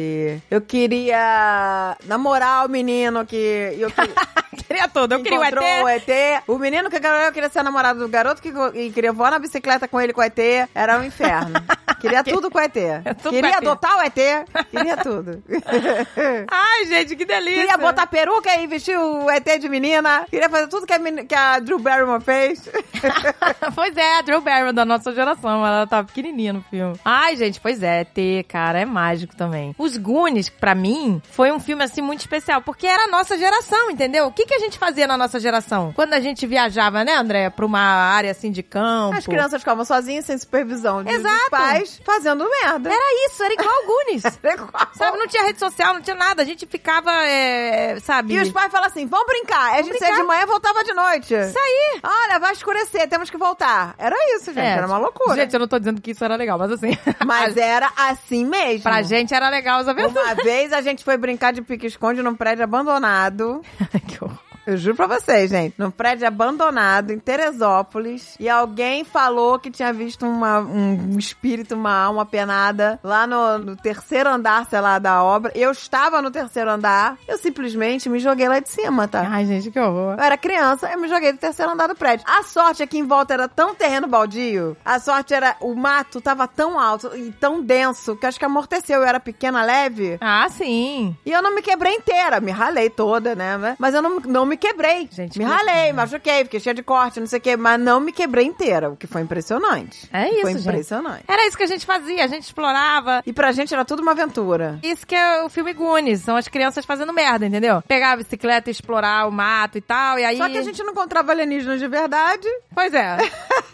S2: Eu queria namorar o menino que. Eu que
S1: queria todo, eu queria o
S2: encontrou
S1: ET.
S2: o menino que eu queria ser namorado do garoto que e queria voar na bicicleta com ele com o ET. Era um inferno. queria tudo com o ET.
S1: É tudo
S2: queria
S1: com ET.
S2: adotar o ET. Queria tudo.
S1: Ai, gente, que delícia.
S2: Queria botar peruca e vestir o ET de menina. Queria fazer tudo que a, meni- que a Drew Barrymore fez.
S1: pois é, a Drew Barrymore da nossa geração. Ela tá pequenininha no filme. Ai, gente, pois é. T, cara, é mágico também. Os Goonies, pra mim, foi um filme, assim, muito especial. Porque era a nossa geração, entendeu? O que, que a gente fazia na nossa geração? Quando a gente viajava, né, André? Pra uma área, assim, de campo.
S2: As crianças ficavam sozinhas, sem supervisão de, dos
S1: Exato.
S2: pais, fazendo merda.
S1: Era isso, era igual o Goonies. sabe, não tinha rede social, não tinha nada. A gente ficava, é, sabe...
S2: E os pais falam assim: vamos brincar. Aí a gente saía de
S1: brincar.
S2: manhã e voltava de noite.
S1: Isso aí.
S2: Olha, vai escurecer, temos que voltar. Era isso, gente.
S1: É,
S2: era uma loucura.
S1: Gente, eu não tô dizendo que isso era legal, mas assim...
S2: Mas era assim mesmo.
S1: pra gente era legal as aventuras.
S2: Uma vez a gente foi brincar de pique-esconde num prédio abandonado.
S1: que horror.
S2: Eu juro pra vocês, gente. Num prédio abandonado em Teresópolis. E alguém falou que tinha visto uma- um espírito, uma alma penada lá no, no terceiro andar, sei lá, da obra. Eu estava no terceiro andar. Eu simplesmente me joguei lá de cima, tá?
S1: Ai, gente, que horror.
S2: Eu era criança, eu me joguei do terceiro andar do prédio. A sorte é que em volta era tão terreno baldio, a sorte era o mato tava tão alto e tão denso que acho que amorteceu. Eu era pequena, leve.
S1: Ah, sim.
S2: E eu não me quebrei inteira, me ralei toda, né? Mas eu não, não me quebrei.
S1: Gente,
S2: me
S1: que-
S2: ralei, machuquei, fiquei cheia de corte, não sei o quê, mas não me quebrei inteira, o que foi impressionante.
S1: É isso,
S2: Foi
S1: gente.
S2: impressionante.
S1: Era isso que a gente fazia, a gente explorava.
S2: E pra gente era tudo uma aventura.
S1: Isso que é o filme Goonies, são as crianças fazendo merda, entendeu? Pegar a bicicleta, e explorar o mato e tal, e aí...
S2: Só que a gente não encontrava alienígenas de verdade
S1: Pois é.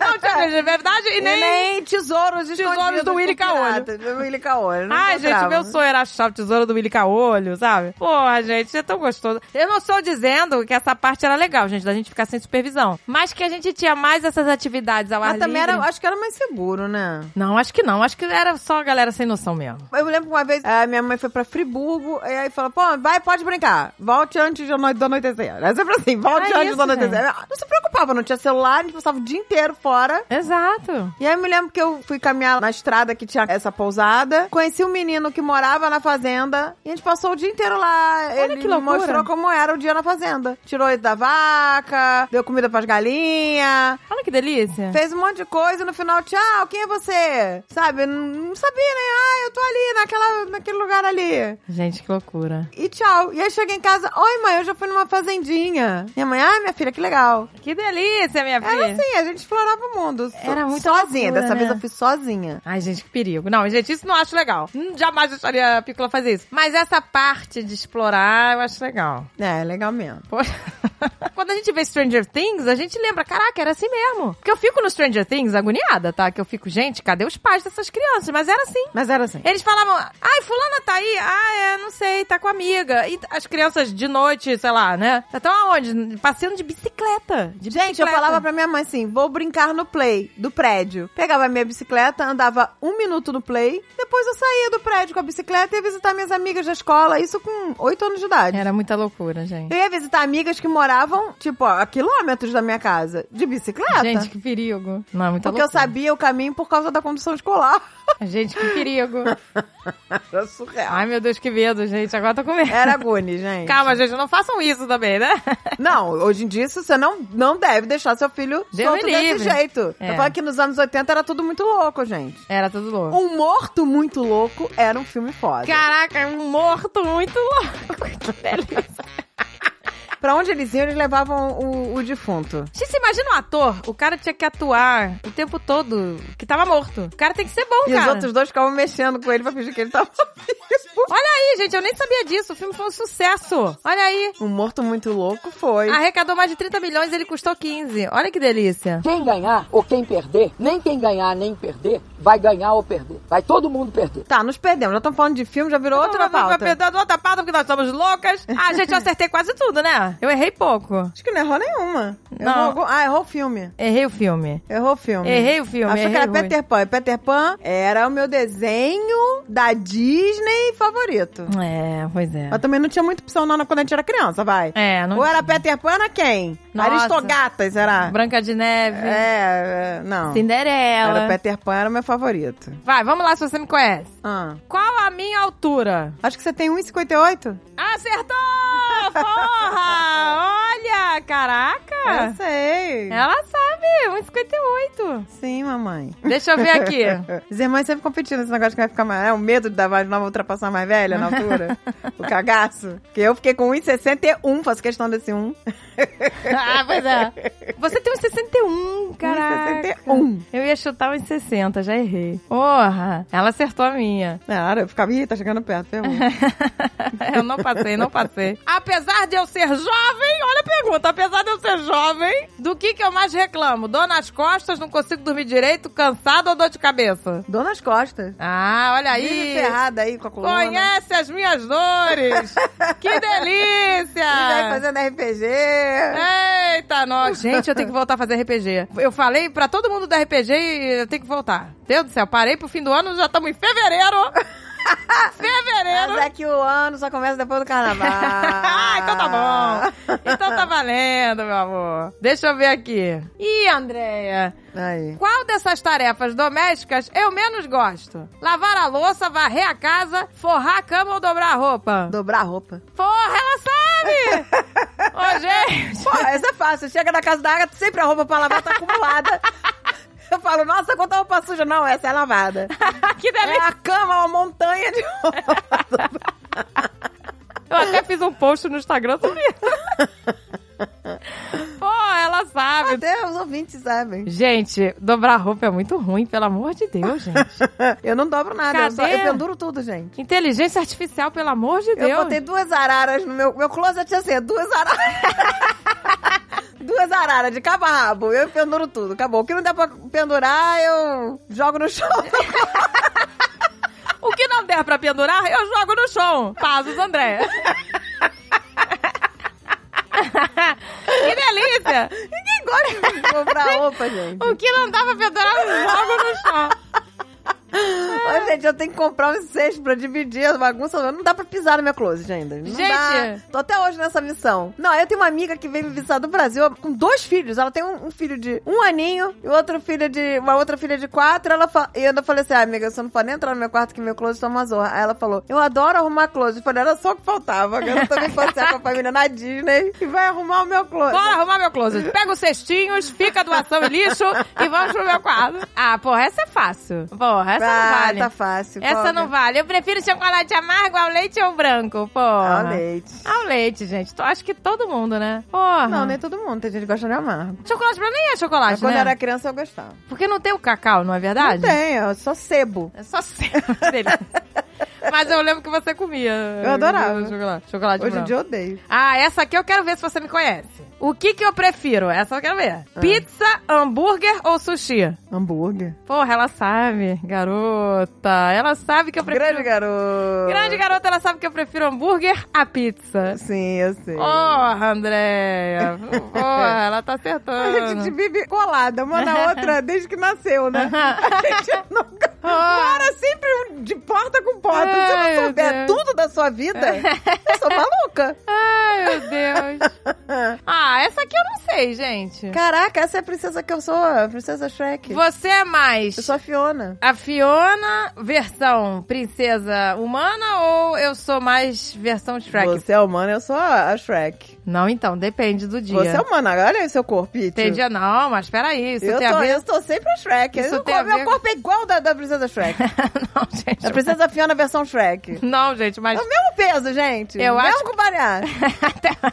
S1: Não tinha coisa de verdade e
S2: e
S1: nem...
S2: nem, tesouros escondidos.
S1: do Willy
S2: com
S1: Caolho.
S2: piratas, Do Willy Caolho. não
S1: Ai, gente, meu
S2: encontrava. né?
S1: sonho era achar o tesouro do Willy Caolho, sabe? Porra, gente, é tão gostoso. Eu não estou dizendo que essa parte era legal, gente, da gente ficar sem supervisão. Mas que a gente tinha mais essas atividades ao ar
S2: Mas também era,
S1: livre.
S2: acho que era mais seguro, né?
S1: Não, acho que não. Acho que era só a galera sem noção mesmo.
S2: Eu me lembro que uma vez a minha mãe foi pra Friburgo e aí falou: pô, vai, pode brincar. Volte antes de ano- do anoitecer. Era sempre assim: volte
S1: Era
S2: antes
S1: É isso,
S2: do anoitecer. Não se preocupava, não tinha celular, a gente passava o dia inteiro fora.
S1: Exato.
S2: E aí eu me lembro que eu fui caminhar na estrada que tinha essa pousada. Conheci um menino que morava na fazenda e a gente passou o dia inteiro lá. Ele
S1: que
S2: me
S1: loucura.
S2: mostrou como era o dia na fazenda. Tirou ele da vaca, deu comida pras galinhas.
S1: Olha que delícia.
S2: Fez um monte de coisa e no final, tchau, quem é você? Sabe? Não não sabia, né? Ah, eu tô ali, naquela, naquele lugar ali.
S1: Gente, que loucura.
S2: E tchau. E aí cheguei em casa, oi mãe, eu já fui numa fazendinha. Minha mãe, ah, minha filha, que legal.
S1: Que delícia, minha filha.
S2: Era assim, a gente explorava o mundo. So-
S1: É. Era muito
S2: Sozinha,
S1: loucura,
S2: dessa vez
S1: né?
S2: eu fui sozinha.
S1: Ai, gente, que perigo. Não, gente, isso não acho legal. Hum, Jamais deixaria a Pícola fazer isso. Mas essa parte de explorar, eu acho legal.
S2: É, legal mesmo.
S1: Poxa. Quando a gente vê Stranger Things, a gente lembra, caraca, era assim mesmo. Porque eu fico no Stranger Things agoniada, tá? Que eu fico, gente, cadê os pais dessas crianças? Mas era assim.
S2: Mas era assim.
S1: Eles falavam, ai, fulana tá aí? Ah, é, não sei, tá com a amiga. E as crianças de noite, sei lá, né? Estão aonde? Passeando de bicicleta. De
S2: Gente, eu
S1: bicicleta.
S2: falava pra minha mãe assim: vou brincar no play do prédio. Pegava a minha bicicleta, andava um minuto no play, depois eu saía do prédio com a bicicleta e ia visitar minhas amigas da escola, isso com oito anos de idade.
S1: Era muita loucura, gente.
S2: Eu ia visitar amigas que moravam, tipo, a quilômetros da minha casa, de bicicleta.
S1: Gente, que perigo. Não, é muito
S2: porque eu
S1: loucura.
S2: sabia o caminho por causa da condução escolar.
S1: Gente, que perigo.
S2: Era surreal.
S1: Ai, meu Deus, que medo, gente. Agora tô com medo.
S2: Era Gune, É, gente.
S1: Calma, gente, não façam isso também, né?
S2: Não, hoje em dia isso você não, não deve deixar seu filho
S1: Deus
S2: solto
S1: me
S2: desse
S1: livre.
S2: jeito.
S1: É.
S2: Eu falo que nos anos 80 era tudo muito louco, gente.
S1: Era tudo louco.
S2: Um Morto Muito Louco era um filme foda.
S1: Caraca, um morto muito louco. Que beleza.
S2: Pra onde eles iam, eles levavam o, o defunto.
S1: Gente, você imagina um ator, o cara tinha que atuar o tempo todo, que tava morto. O cara tem que ser bom,
S2: E
S1: cara.
S2: os outros dois ficavam mexendo com ele pra fingir que ele tava vivo.
S1: Olha aí, gente, eu nem sabia disso. O filme foi um sucesso. Olha aí.
S2: Um Morto Muito Louco foi.
S1: Arrecadou mais de 30 milhões e ele custou 15. Olha que delícia.
S5: Quem ganhar ou quem perder, nem quem ganhar nem perder, vai ganhar ou perder. Vai todo mundo perder.
S2: Tá, nos perdemos. Já estamos falando de filme, já virou outra pauta.
S1: vai perdendo outra pauta porque nós somos loucas. Ah, gente, eu acertei quase tudo, né? Eu errei pouco.
S2: Acho que não errou nenhuma.
S1: Não.
S2: Errou algum- Ah, errou o filme.
S1: Errei o filme.
S2: Errou o filme.
S1: Errei o filme,
S2: Achou que
S1: errei
S2: era
S1: muito.
S2: Peter Pan. E Peter Pan era o meu desenho da Disney favorito.
S1: É, pois é.
S2: Mas também não tinha muita opção não né, quando a gente era criança, vai.
S1: É, não
S2: Ou era Peter Pan era quem?
S1: Nossa.
S2: Aristogatas, era?
S1: Branca de Neve,
S2: É, é, não. Era
S1: Cinderela.
S2: o Peter Pan, era o meu favorito.
S1: Vai, vamos lá se você me conhece.
S2: Ah,
S1: Qual a minha altura?
S2: acho que você tem 1,58?
S1: Acertou! Porra! Olha,
S2: Eu É assim.
S1: caraca!
S2: sei.
S1: Ela sabe, 1,58.
S2: Sim, mamãe.
S1: Deixa eu ver aqui.
S2: É. As irmãs sempre competindo nesse negócio que vai ficar mais... É o medo da mais nova ultrapassar a mais velha na altura. o cagaço. Porque eu fiquei com 1,61, faço questão desse 1.
S1: ah, pois é. Você tem 1,61, caraca.
S2: 1,61.
S1: Eu ia chutar 1,60, já errei. Porra, ela acertou a minha.
S2: Claro, eu ficava... Ih, tá chegando perto, ferrou.
S1: eu não passei, não passei. Apesar de eu ser jovem, olha a pergunta, apesar de eu ser jovem, do que que eu mais reclamo? Dor nas costas, não consigo dormir direito, cansado ou dor de cabeça?
S2: Dona nas costas.
S1: Ah, olha
S2: Vive
S1: aí.
S2: ferrada aí com a coluna.
S1: Conhece as minhas dores. que delícia.
S2: Vive aí fazendo RPG.
S1: Eita, nós. Gente, eu tenho que voltar a fazer RPG. Eu falei pra todo mundo do RPG e eu tenho que voltar. Deus do céu, parei pro fim do ano, já estamos em fevereiro. fevereiro.
S2: Mas é que o ano só começa depois do carnaval.
S1: Ah, então tá bom. Então tá valendo, meu amor. Deixa eu ver aqui. Ih, Andréia.
S2: Aí.
S1: Qual dessas tarefas domésticas eu menos gosto? Lavar a louça, varrer a casa, forrar a cama ou dobrar a roupa?
S2: Dobrar a roupa.
S1: Porra, ela sabe! Ô, gente.
S2: Pô, essa é fácil. Chega na casa da Agatha, sempre a roupa pra lavar tá acumulada. Eu falo, nossa, quanta roupa suja. Não, essa é lavada.
S1: que delícia.
S2: É a cama, uma montanha de roupa.
S1: Eu até fiz um post no Instagram sobre isso. Pô, ela sabe.
S2: Até os ouvintes sabem.
S1: Gente, dobrar roupa é muito ruim, pelo amor de Deus, gente.
S2: Eu não dobro nada, eu, só,
S1: Cadê?
S2: eu penduro tudo, gente.
S1: Inteligência artificial, pelo amor de
S2: Eu
S1: Deus.
S2: botei duas araras no meu... Meu closet tinha assim, duas araras. duas araras de cabo a rabo. Eu penduro tudo, acabou. O que não der pra pendurar, eu jogo no chão.
S1: O que não der pra pendurar, eu jogo no chão. Passos, André. que delícia!
S2: Ninguém gosta de comprar roupa, gente.
S1: O que não dá pra pendurar, eu jogo no chão.
S2: Ô, gente, eu tenho que comprar uns seis pra dividir a bagunça. Não dá pra pisar no meu closet ainda. Não
S1: Gente!
S2: dá. Tô até hoje nessa missão. Não, eu tenho uma amiga que veio me visitar do Brasil com dois filhos. Ela tem um, um filho de um aninho e outro filho de. Uma outra filha de quatro. Ela fa- E eu ainda falei assim: ah, amiga, você não pode nem entrar no meu quarto que meu closet tá uma zorra. Aí ela falou: eu adoro arrumar closet. Eu falei, era só o que faltava. Agora eu tô me passear com a família na Disney e vai arrumar o meu closet.
S1: Bora arrumar meu closet. Pega os cestinhos, fica a doação e lixo e vamos pro meu quadro. Ah, porra, essa é fácil. Porra, essa
S2: ah,
S1: não vale.
S2: tá fácil.
S1: Essa
S2: Qual-
S1: não vale. Eu prefiro chocolate amargo ao leite ou branco, porra.
S2: Ah, o leite.
S1: Ao leite, gente. Eu Acho que todo mundo, né? Porra.
S2: Não, nem todo mundo. Tem gente que gosta de amargo.
S1: Chocolate branco nem é chocolate,
S2: Mas quando
S1: né?
S2: eu era criança eu gostava.
S1: Porque não tem o cacau, não é verdade?
S2: Não tem, eu só sebo.
S1: É só sebo. Mas eu lembro que você comia. né,
S2: Eu adorava.
S1: Chocolate, chocolate
S2: Hoje em
S1: branco.
S2: dia eu odeio.
S1: Ah, essa aqui eu quero ver se você me conhece. O que que eu prefiro? Essa eu quero ver.
S2: Ah.
S1: Pizza, hambúrguer ou sushi?
S2: Hambúrguer.
S1: Porra, ela sabe, garota. Ela sabe que eu prefiro...
S2: Grande garoto.
S1: Grande garota, ela sabe que eu prefiro hambúrguer à pizza.
S2: Sim, eu sei.
S1: Porra, Andréia. Porra, ela tá
S2: A gente
S1: acertando.
S2: vive colada uma na outra desde que nasceu, né? A gente nunca. Mora sempre de porta com porta. Se eu
S1: Ai,
S2: não
S1: meu
S2: souber
S1: Deus.
S2: tudo da sua vida, eu sou maluca.
S1: Ai, meu Deus. Ah, essa aqui eu não sei, gente.
S2: Caraca, essa é a princesa que eu sou, a princesa Shrek.
S1: Você é mais
S2: Eu sou a Fiona.
S1: a Fiona versão princesa humana ou eu sou mais versão Shrek?
S2: Você é humana, eu sou a a Shrek.
S1: Não, então, depende do dia.
S2: Você é humana, olha aí o seu corpo, Pete.
S1: Tem dia não, mas peraí, isso
S2: eu,
S1: tem
S2: tô,
S1: a ver...
S2: eu tô sempre a Shrek.
S1: Isso
S2: Eu-
S1: tem a ver-
S2: Meu corpo é igual da, da princesa Shrek.
S1: não, gente.
S2: a princesa Fiona versão Shrek.
S1: Não, gente,
S2: É
S1: mas...
S2: o mesmo peso, gente.
S1: Eu
S2: mesmo
S1: acho-
S2: com variar.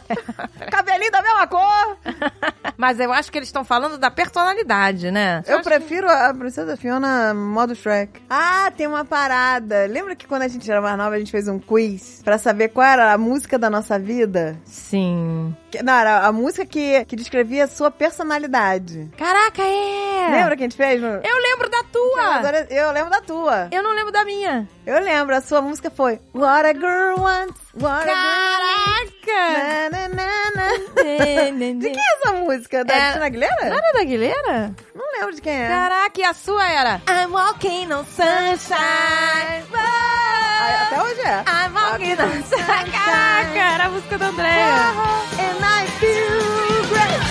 S2: Cabelinho da mesma cor.
S1: mas eu acho que eles estão falando da personalidade, né?
S2: Eu prefiro a Princesa Fiona modo Shrek. Ah, tem uma parada. Lembra que quando a gente era mais nova, a gente fez um quiz pra saber qual era a música da nossa vida?
S1: Sim.
S2: Que- Não, era a música que, que descrevia a sua personalidade.
S1: Caraca, é!
S2: Lembra que a gente fez? no-
S1: Eu lembro da tua!
S2: Agora eu lembro da tua.
S1: Eu não lembro da minha.
S2: Eu lembro, a sua música foi What a Girl Wants, What
S1: Caraca!
S2: a Girl na, na, na, na. É. De
S1: De
S2: quem é essa música? Da
S1: É-
S2: Cristina Aguilera?
S1: Não era da Aguilera?
S2: Não lembro de quem é.
S1: Caraca, e a sua era? I'm walking on sunshine.
S2: Ah, Até
S1: road.
S2: hoje é.
S1: I'm walking on sunshine. Caraca, era a música da Andréia.
S2: And I feel great.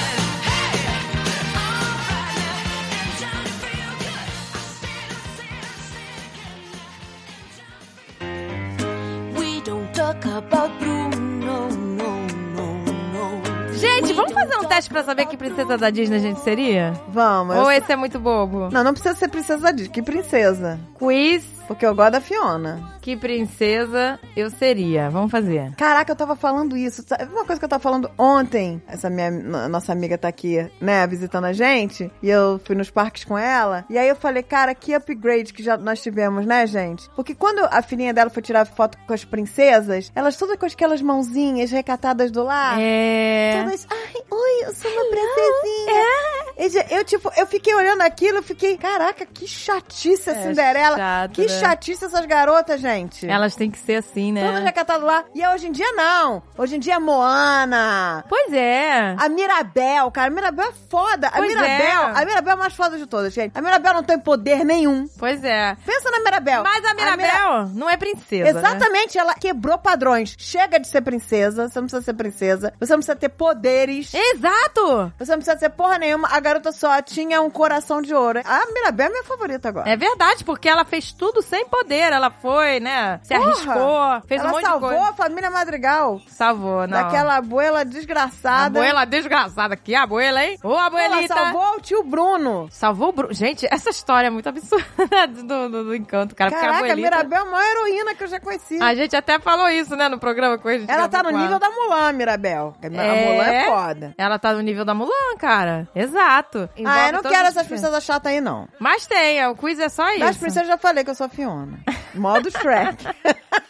S6: We don't talk about Bruno, no, no, no.
S1: Gente, vamos fazer um teste pra saber que princesa da Disney a gente seria?
S2: Vamos. eu
S1: Ou esse é muito bobo?
S2: Não, não precisa ser princesa Disney. Que princesa?
S1: Quiz,
S2: Porque eu gosto da Fiona.
S1: que princesa eu seria? Vamos fazer.
S2: Caraca, eu tava falando isso. Sabe uma coisa que eu tava falando ontem? Essa minha no- nossa amiga tá aqui, né, visitando a gente. E eu fui nos parques com ela. E aí eu falei, cara, que upgrade que já nós tivemos, né, gente? Porque quando a filhinha dela foi tirar foto com as princesas, elas todas com aquelas mãozinhas recatadas do lar.
S1: É.
S2: Todas, ai, oi, eu sou uma princesinha. Eu já- Eu, tipo, eu fiquei olhando aquilo, eu fiquei, caraca, que chatice a
S1: É
S2: Cinderela.
S1: chato,
S2: que
S1: né?
S2: chatice essas garotas, gente.
S1: Elas têm que ser assim,
S2: Todas
S1: né?
S2: recatadas é lá. E hoje em dia, não. Hoje em dia é Moana.
S1: Pois é.
S2: A Mirabel, cara, a Mirabel é foda. A
S1: Pois
S2: Mirabel,
S1: é.
S2: a Mirabel é a mais foda de todas, gente. A Mirabel não tem poder nenhum.
S1: Pois é.
S2: Pensa na Mirabel.
S1: Mas a Mirabel
S2: Mira-
S1: não é princesa. Né?
S2: Exatamente, ela quebrou padrões. Chega de ser princesa, você não precisa ser princesa, você não precisa ter poderes.
S1: Exato!
S2: Você não precisa dizer porra nenhuma, a garota só tinha um coração de ouro. A Mirabel é minha favorita agora.
S1: É verdade, porque ela fez tudo sem poder. Ela foi, né? Se
S2: Porra!
S1: arriscou, fez
S2: Ela
S1: um monte de
S2: salvou
S1: coisa.
S2: a família Madrigal
S1: Salvou, não.
S2: daquela abuela desgraçada.
S1: Abuela desgraçada. Que abuela, hein? Ô,
S2: Ela
S1: abuelita!
S2: salvou o tio Bruno.
S1: Salvou o Bruno. Gente, essa história é muito absurda do, do, do encanto, cara. porque a
S2: Caraca, a
S1: abuelita...
S2: Mirabel é a maior heroína que eu já conheci.
S1: A gente até falou isso, né, no programa com a gente.
S2: Ela tá no
S1: gravou com
S2: nível
S1: ela.
S2: da Mulan, Mirabel. A Mulan é foda.
S1: Ela tá no nível da Mulan, cara. Exato.
S2: ah,
S1: Envolve
S2: eu não
S1: todas
S2: quero
S1: as
S2: essas princesas chatas aí, não.
S1: Mas tem, o quiz é só isso.
S2: Das princesas eu já falei que eu sou a Fiona. Modo Shrek.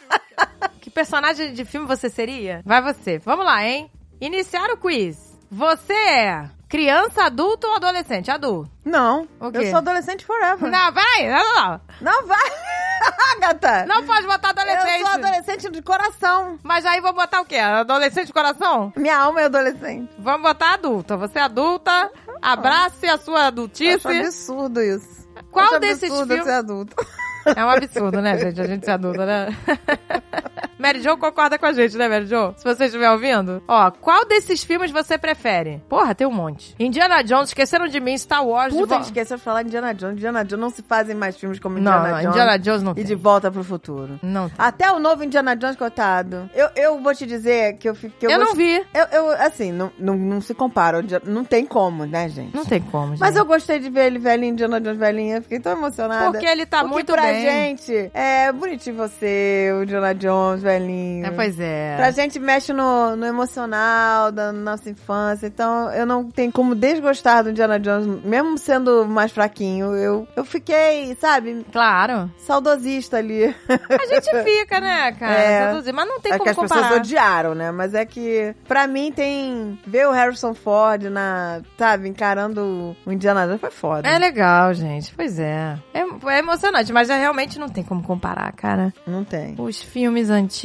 S1: Que personagem de filme você seria? Vai você. Vamos lá, hein? Iniciar o quiz. Você é criança, adulto ou adolescente? Adulto.
S2: não,
S1: O quê?
S2: eu sou adolescente forever.
S1: Não, peraí. Não, não,
S2: Não vai, Agatha.
S1: não. é Não pode botar adolescente.
S2: Eu sou adolescente de coração.
S1: Mas aí vou botar o quê? Adolescente de coração?
S2: Minha alma é adolescente.
S1: Vamos botar adulta. Você é adulta, abrace a sua
S2: Isso. Acho
S1: adultice.
S2: absurdo isso.
S1: Qual
S2: Acho
S1: desses
S2: absurdo
S1: filmes-
S2: ser adulto.
S1: É um absurdo, né, gente? A gente ser adulta, né? Mary Jo concorda com a gente, né, Mary Jo? Se você estiver ouvindo. Ó, qual desses filmes você prefere? Porra, tem um monte. Indiana Jones, Esqueceram de Mim, Star Wars...
S2: Puta, a
S1: de
S2: gente
S1: vo-
S2: esqueceu de falar Indiana Jones. Indiana Jones não se fazem mais filmes como
S1: Não,
S2: Indiana
S1: não,
S2: Jones.
S1: Indiana Jones não
S2: E
S1: tem.
S2: de volta pro futuro.
S1: Não tem.
S2: Até o novo Indiana Jones, coitado. Eu, eu vou te dizer que eu fico. que
S1: Eu,
S2: gost-
S1: não vi.
S2: Eu, eu, assim, não, não, não se compara. O Indiana- Não tem como, né, gente?
S1: Não tem como, gente.
S2: Mas eu gostei de ver ele velhinho, Indiana Jones velhinha. Fiquei tão emocionada.
S1: Porque ele tá
S2: Porque
S1: muito bem.
S2: pra gente, é bonitinho você, o Indiana Jones velhinho.
S1: É, pois é.
S2: Pra gente mexe no, no emocional da nossa infância, então eu não tenho como desgostar do Indiana Jones, mesmo sendo mais fraquinho. Eu, eu fiquei, sabe,
S1: Claro.
S2: saudosista ali.
S1: A gente fica, né, cara?
S2: É.
S1: Seduzir. Mas não tem
S2: é que
S1: como
S2: as
S1: comparar.
S2: pessoas odiaram, né? Mas é que, pra mim, tem. Ver o Harrison Ford na. Sabe, encarando o Indiana Jones foi foda.
S1: É legal, gente. Pois é. é. é emocionante, mas é, realmente não tem como comparar, cara.
S2: Não tem.
S1: Os filmes antigos.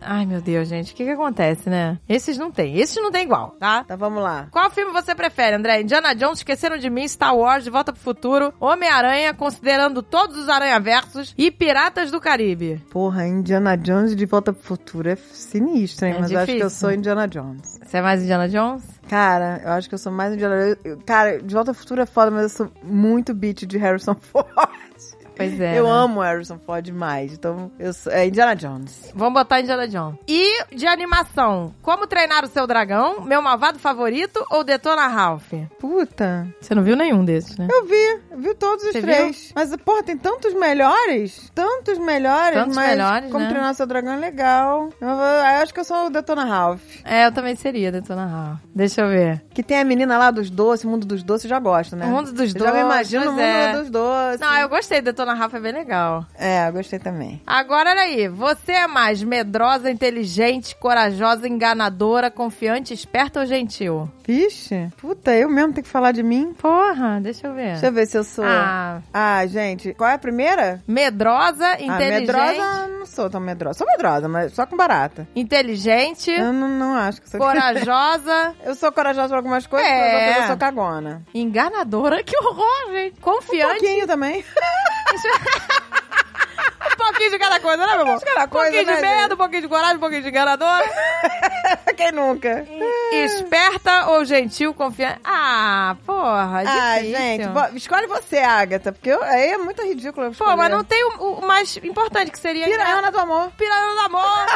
S1: Ai, meu Deus, gente, o que que acontece, né? Esses não tem. Esses não tem igual, tá?
S2: Então vamos lá.
S1: Qual filme você prefere, André? Indiana Jones, Esqueceram de Mim, Star Wars, De Volta pro Futuro, Homem-Aranha, considerando todos os Aranha-Versos e Piratas do Caribe.
S2: Porra, Indiana Jones de Volta pro Futuro é sinistro, hein?
S1: É
S2: Mas eu acho que eu
S1: difícil.
S2: sou Indiana Jones.
S1: Você é mais Indiana Jones?
S2: Cara, eu acho que eu sou mais Indiana Jones. Eu- Cara, De Volta ao Futuro é foda, mas eu sou muito beat de Harrison Ford.
S1: Pois é.
S2: Eu
S1: né?
S2: amo Harrison Ford demais. Então, eu sou... É Indiana Jones.
S1: Vamos botar Indiana Jones. E de animação, Como Treinar o Seu Dragão, Meu Malvado Favorito ou Detona Ralph?
S2: Puta.
S1: Você não viu nenhum desses, né?
S2: Eu vi, eu vi todos os
S1: Você
S2: três. Mas, porra, tem tantos melhores. Tantos melhores,
S1: Tantos
S2: mas
S1: melhores,
S2: como
S1: né?
S2: treinar seu dragão é legal. Eu, vou- eu acho que eu sou o Detona Ralph.
S1: É, eu também seria Detona Ralph. Deixa eu ver.
S2: Que tem a menina lá dos doces, mundo dos doces, eu já gosto, né?
S1: O Mundo dos
S2: Eu Já me
S1: Doces,
S2: imagino o
S1: pois
S2: mundo
S1: é.
S2: dos doces.
S1: Não, eu gostei, Detona Ralph é bem legal.
S2: É, eu gostei também.
S1: Agora, olha aí, você é mais medrosa, inteligente, corajosa, enganadora, confiante, esperta ou gentil?
S2: Vixe, puta, eu mesmo tenho que falar de mim?
S1: Porra, deixa eu ver.
S2: Deixa eu ver se eu sou.
S1: Ah,
S2: Ah, gente, qual é a primeira?
S1: medrosa, inteligente,
S2: Ah, medrosa, não sou tão medrosa. Sou medrosa, mas só com barata.
S1: inteligente,
S2: Eu não, não acho que sou.
S1: corajosa,
S2: Eu sou corajosa pra algumas coisas,
S1: É.
S2: pra outras eu sou cagona.
S1: enganadora, que horror, gente.
S2: Um
S1: Confiante,
S2: pouquinho também.
S1: um pouquinho de cada coisa, né, meu amor?
S2: cada coisa,
S1: um pouquinho
S2: né,
S1: de medo, um pouquinho de coragem, um pouquinho de enganadora.
S2: Quem nunca? É.
S1: Esperta ou gentil, confiante? Ah, porra, é
S2: ah,
S1: difícil.
S2: gente, vo- escolhe você, Agatha, porque eu- aí é muito ridículo. eu
S1: Pô,
S2: escolher.
S1: mas não né? tem o, o mais importante, que seria...
S2: Piranha do amor.
S1: Piranha do Amor.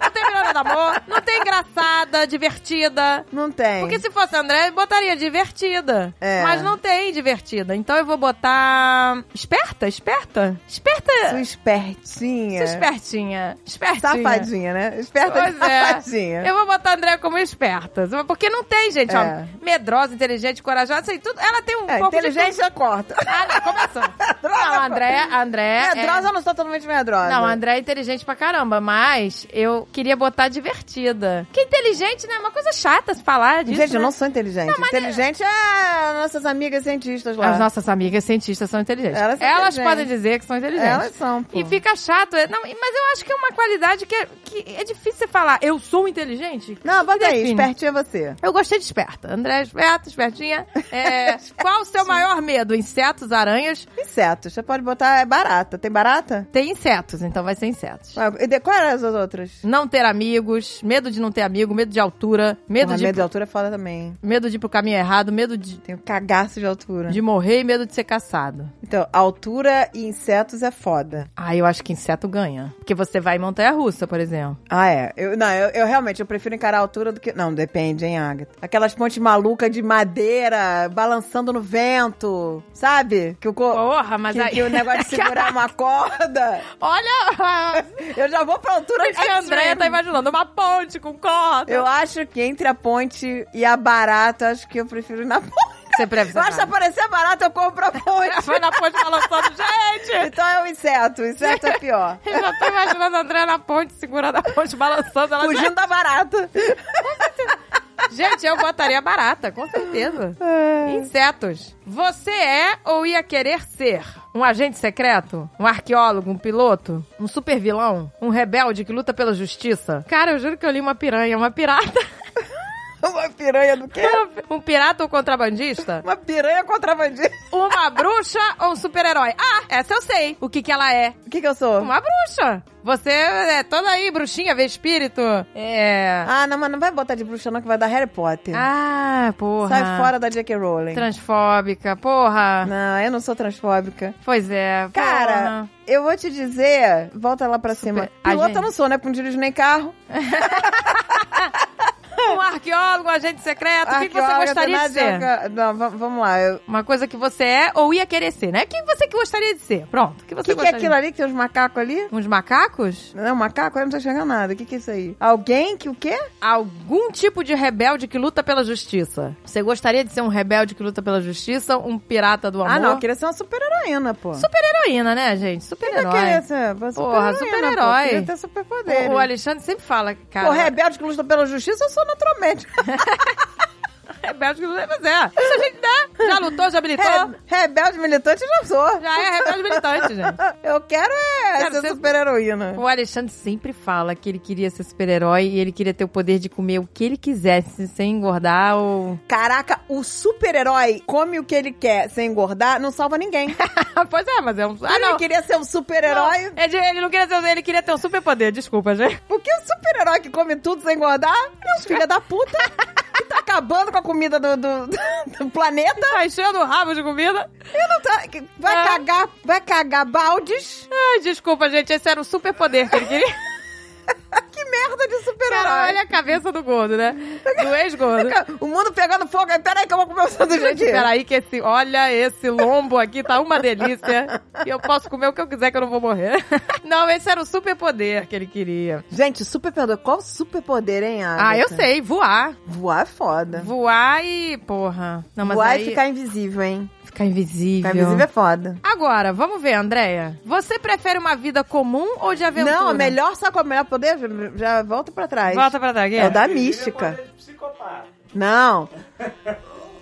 S1: Não tem Piranha do Amor. Não tem engraçada, divertida.
S2: Não tem.
S1: Porque se fosse André, eu botaria divertida.
S2: É.
S1: Mas não tem divertida. Então eu vou botar. Esperta? Esperta? Esperta.
S2: Sua espertinha.
S1: Sou espertinha. Espertinha.
S2: É. Safadinha, né? Esperta de
S1: Pois é.
S2: safadinha.
S1: Eu vou botar a André como esperta. Porque não tem, gente, ó.
S2: É.
S1: Medrosa, inteligente, corajosa, sei tudo. Ela tem um
S2: É,
S1: pouco de.
S2: inteligência corta.
S1: Ah, não, começou. não, André, André. é-
S2: medrosa, eu não sou totalmente medrosa.
S1: Não, a André é inteligente pra caramba, mas eu queria botar divertida. Que inteligente, né? É uma coisa chata se falar disso.
S2: Gente, eu
S1: né?
S2: não sou inteligente. inteligente é nossas amigas cientistas lá.
S1: As nossas amigas cientistas são inteligentes. Elas,
S2: Elas são inteligentes.
S1: podem dizer que são inteligentes.
S2: Elas são, pô.
S1: E fica chato. é- Não, mas eu acho que é uma qualidade que é, que é difícil você falar. Eu sou inteligente?
S2: Não, bota aí,
S1: Define.
S2: espertinha é você.
S1: Eu gostei de esperta. André é esperta, espertinha. É, qual o seu maior medo? Insetos, aranhas?
S2: Insetos, você pode botar, é barata. Tem barata?
S1: Tem insetos, então vai ser insetos.
S2: Ah, e de- Qual eram as outras?
S1: Não ter amigos, medo de não ter amigo, medo de altura, medo
S2: Porra,
S1: de
S2: medo de altura é foda também.
S1: Medo de ir pro caminho errado, medo de,
S2: Tenho cagaço de altura.
S1: de morrer e medo de ser caçado.
S2: Então, altura e insetos é foda.
S1: Ah, eu acho que inseto ganha. Porque você vai em montanha russa, por exemplo.
S2: Ah, é. Eu, não, eu, eu realmente eu prefiro encarar a altura do que. Não, depende, hein, Agatha? Aquelas pontes malucas de madeira balançando no vento, sabe? Que o, co...
S1: Porra, mas
S2: que, que o negócio de segurar uma corda.
S1: Olha!
S2: Eu já vou pra altura
S1: Acho que a Andréia tá imaginando uma ponte com corda.
S2: Eu acho que entre a ponte e a barata, acho que eu prefiro ir na ponte.
S1: Você prefere.
S2: Eu acho que aparecer barata, eu corro pra ponte.
S1: Foi na ponte balançando, gente!
S2: então é o inseto. O inseto é pior.
S1: Eu já tô imaginando a Andréia na ponte, segurando a ponte, balançando. Ela tá-
S2: Fugindo da barata.
S1: Gente, eu botaria barata, com certeza. Insetos. Você é ou ia querer ser um agente secreto? Um arqueólogo? Um piloto? Um super vilão? Um rebelde que luta pela justiça? Cara, eu juro que eu li uma piranha, uma pirata.
S2: Uma piranha do quê?
S1: Um pirata ou contrabandista?
S2: Uma piranha contrabandista.
S1: Uma bruxa ou um super-herói? Ah, essa eu sei. O que que ela é?
S2: O que que eu sou?
S1: Uma bruxa. Você é toda aí, bruxinha, vê espírito. É...
S2: Ah, não, mas não vai botar de bruxa não, que vai dar Harry Potter.
S1: Ah, porra.
S2: Sai fora da J.K. Rowling.
S1: Transfóbica, porra.
S2: Não, eu não sou transfóbica.
S1: Pois é.
S2: Cara, eu vou te dizer... Volta lá pra cima.
S1: A
S2: Pilota
S1: gente-
S2: eu não sou, né? Porque não dirijo nem carro.
S1: porra. um arqueólogo, um agente secreto, o que que você
S2: Arqueóloga,
S1: gostaria de
S2: danada,
S1: ser?
S2: arque- Não, va- vamos lá. eu-
S1: Uma coisa que você é ou ia querer ser, né? Quem você que gostaria de ser? Pronto. O que
S2: O
S1: você
S2: que, que é
S1: gostaria?
S2: aquilo ali que tem uns macacos ali?
S1: Uns macacos?
S2: Não, é um macaco? Eu não tô enxergando nada. O que que é isso aí? Alguém que o quê?
S1: Algum tipo de rebelde que luta pela justiça. Você gostaria de ser um rebelde que luta pela justiça, um pirata do amor?
S2: Ah, não. Eu queria ser uma super-heroína, pô.
S1: Super-heroína, né, gente?
S2: Eu queria
S1: Super-herói.
S2: ser uma
S1: Porra,
S2: super-heroína,
S1: super-herói.
S2: pô. é Queria ter
S1: O, o
S2: superpoderes.
S1: Alexandre sempre fala, cara.
S2: Pô, rebelde que luta pela justiça, eu sou naturalmente.
S1: rebelde que luta. Mas é. Isso a gente dá. Já lutou, já militou?
S2: Re- rebelde militante já sou.
S1: Já é rebelde militante, gente.
S2: Eu quero é
S1: Quero
S2: ser,
S1: ser-
S2: super heroína.
S1: O Alexandre sempre fala que ele queria ser super-herói e ele queria ter o poder de comer o que ele quisesse, sem engordar ou.
S2: Caraca, o super-herói come o que ele quer sem engordar, não salva ninguém.
S1: pois é, mas é um. Ah,
S2: ele
S1: não.
S2: queria ser um super-herói.
S1: Não, Ele, ele não queria ser. Ele queria ter um super-poder, desculpa, gente.
S2: Porque o super-herói que come tudo sem engordar é um filho da puta que tá acabando com a comida do, do- do planeta.
S1: Tá enchendo o rabo de comida.
S2: E não tá- que vai,
S1: Ah.
S2: cagar, vai cagar baldes.
S1: Ai, desculpa, gente. Esse era o super-poder que ele queria.
S2: Que merda de
S1: Cara, olha
S2: super-herói.
S1: a cabeça do gordo, né? Do ex-gordo.
S2: O mundo pegando fogo. Aí, Peraí que eu vou comer o sanduíche
S1: Gente,
S2: aqui.
S1: peraí que esse, olha, esse lombo aqui tá uma delícia. E eu posso comer o que eu quiser que eu não vou morrer. Não, esse era o superpoder que ele queria.
S2: Gente, super-poder. Qual superpoder, hein, Agatha?
S1: Ah, eu sei, voar.
S2: Voar é foda.
S1: Voar e, porra. Não, mas
S2: Voar
S1: aí
S2: e ficar invisível, hein?
S1: ficar invisível.
S2: Ficar invisível é foda.
S1: Agora, vamos ver, Andréia. Você prefere uma vida comum ou de aventura?
S2: Não, a melhor, sabe qual é o melhor poder? Já, já volta pra trás.
S1: Volta pra trás,
S2: É o
S1: Guia.
S2: da mística. Não.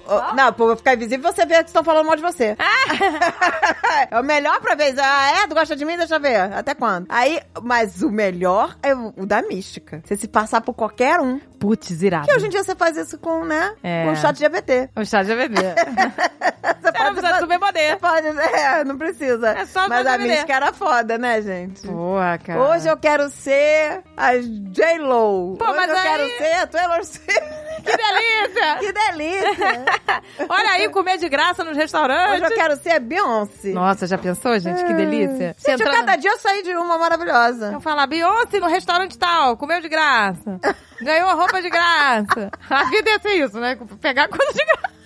S2: Ô, Não, pô, ficar invisível você vê que estão falando mal de você. é o melhor pra ver. Ah, é? Tu gosta de mim? Deixa eu ver. Até quando? Aí, mas o melhor é o o da mística. Você se passar por qualquer um.
S1: Putz, irado.
S2: Porque hoje em dia você faz isso com, né?
S1: É.
S2: Com chat GPT.
S1: O chá de bebê.
S2: É. Você
S1: Você não precisa superpoder.
S2: Pode, é, não precisa.
S1: É só
S2: Mas a
S1: fazer.
S2: mística era foda, né, gente?
S1: Boa, cara.
S2: Hoje eu quero ser a J-Lo.
S1: Pô,
S2: Hoje
S1: mas
S2: eu
S1: aí-
S2: quero ser a Taylor Swift.
S1: Que delícia!
S2: que delícia.
S1: Olha aí, comer de graça nos
S2: Hoje
S1: restaurantes.
S2: eu quero ser a Beyoncé.
S1: Nossa, já pensou, gente? Que delícia. Você É
S2: Gente,
S1: entrando-
S2: cada dia eu saí de uma maravilhosa.
S1: Eu falar, Beyoncé no restaurante tal, comeu de graça, ganhou roupa de graça. A vida ia ser isso, né? Pegar coisa de graça.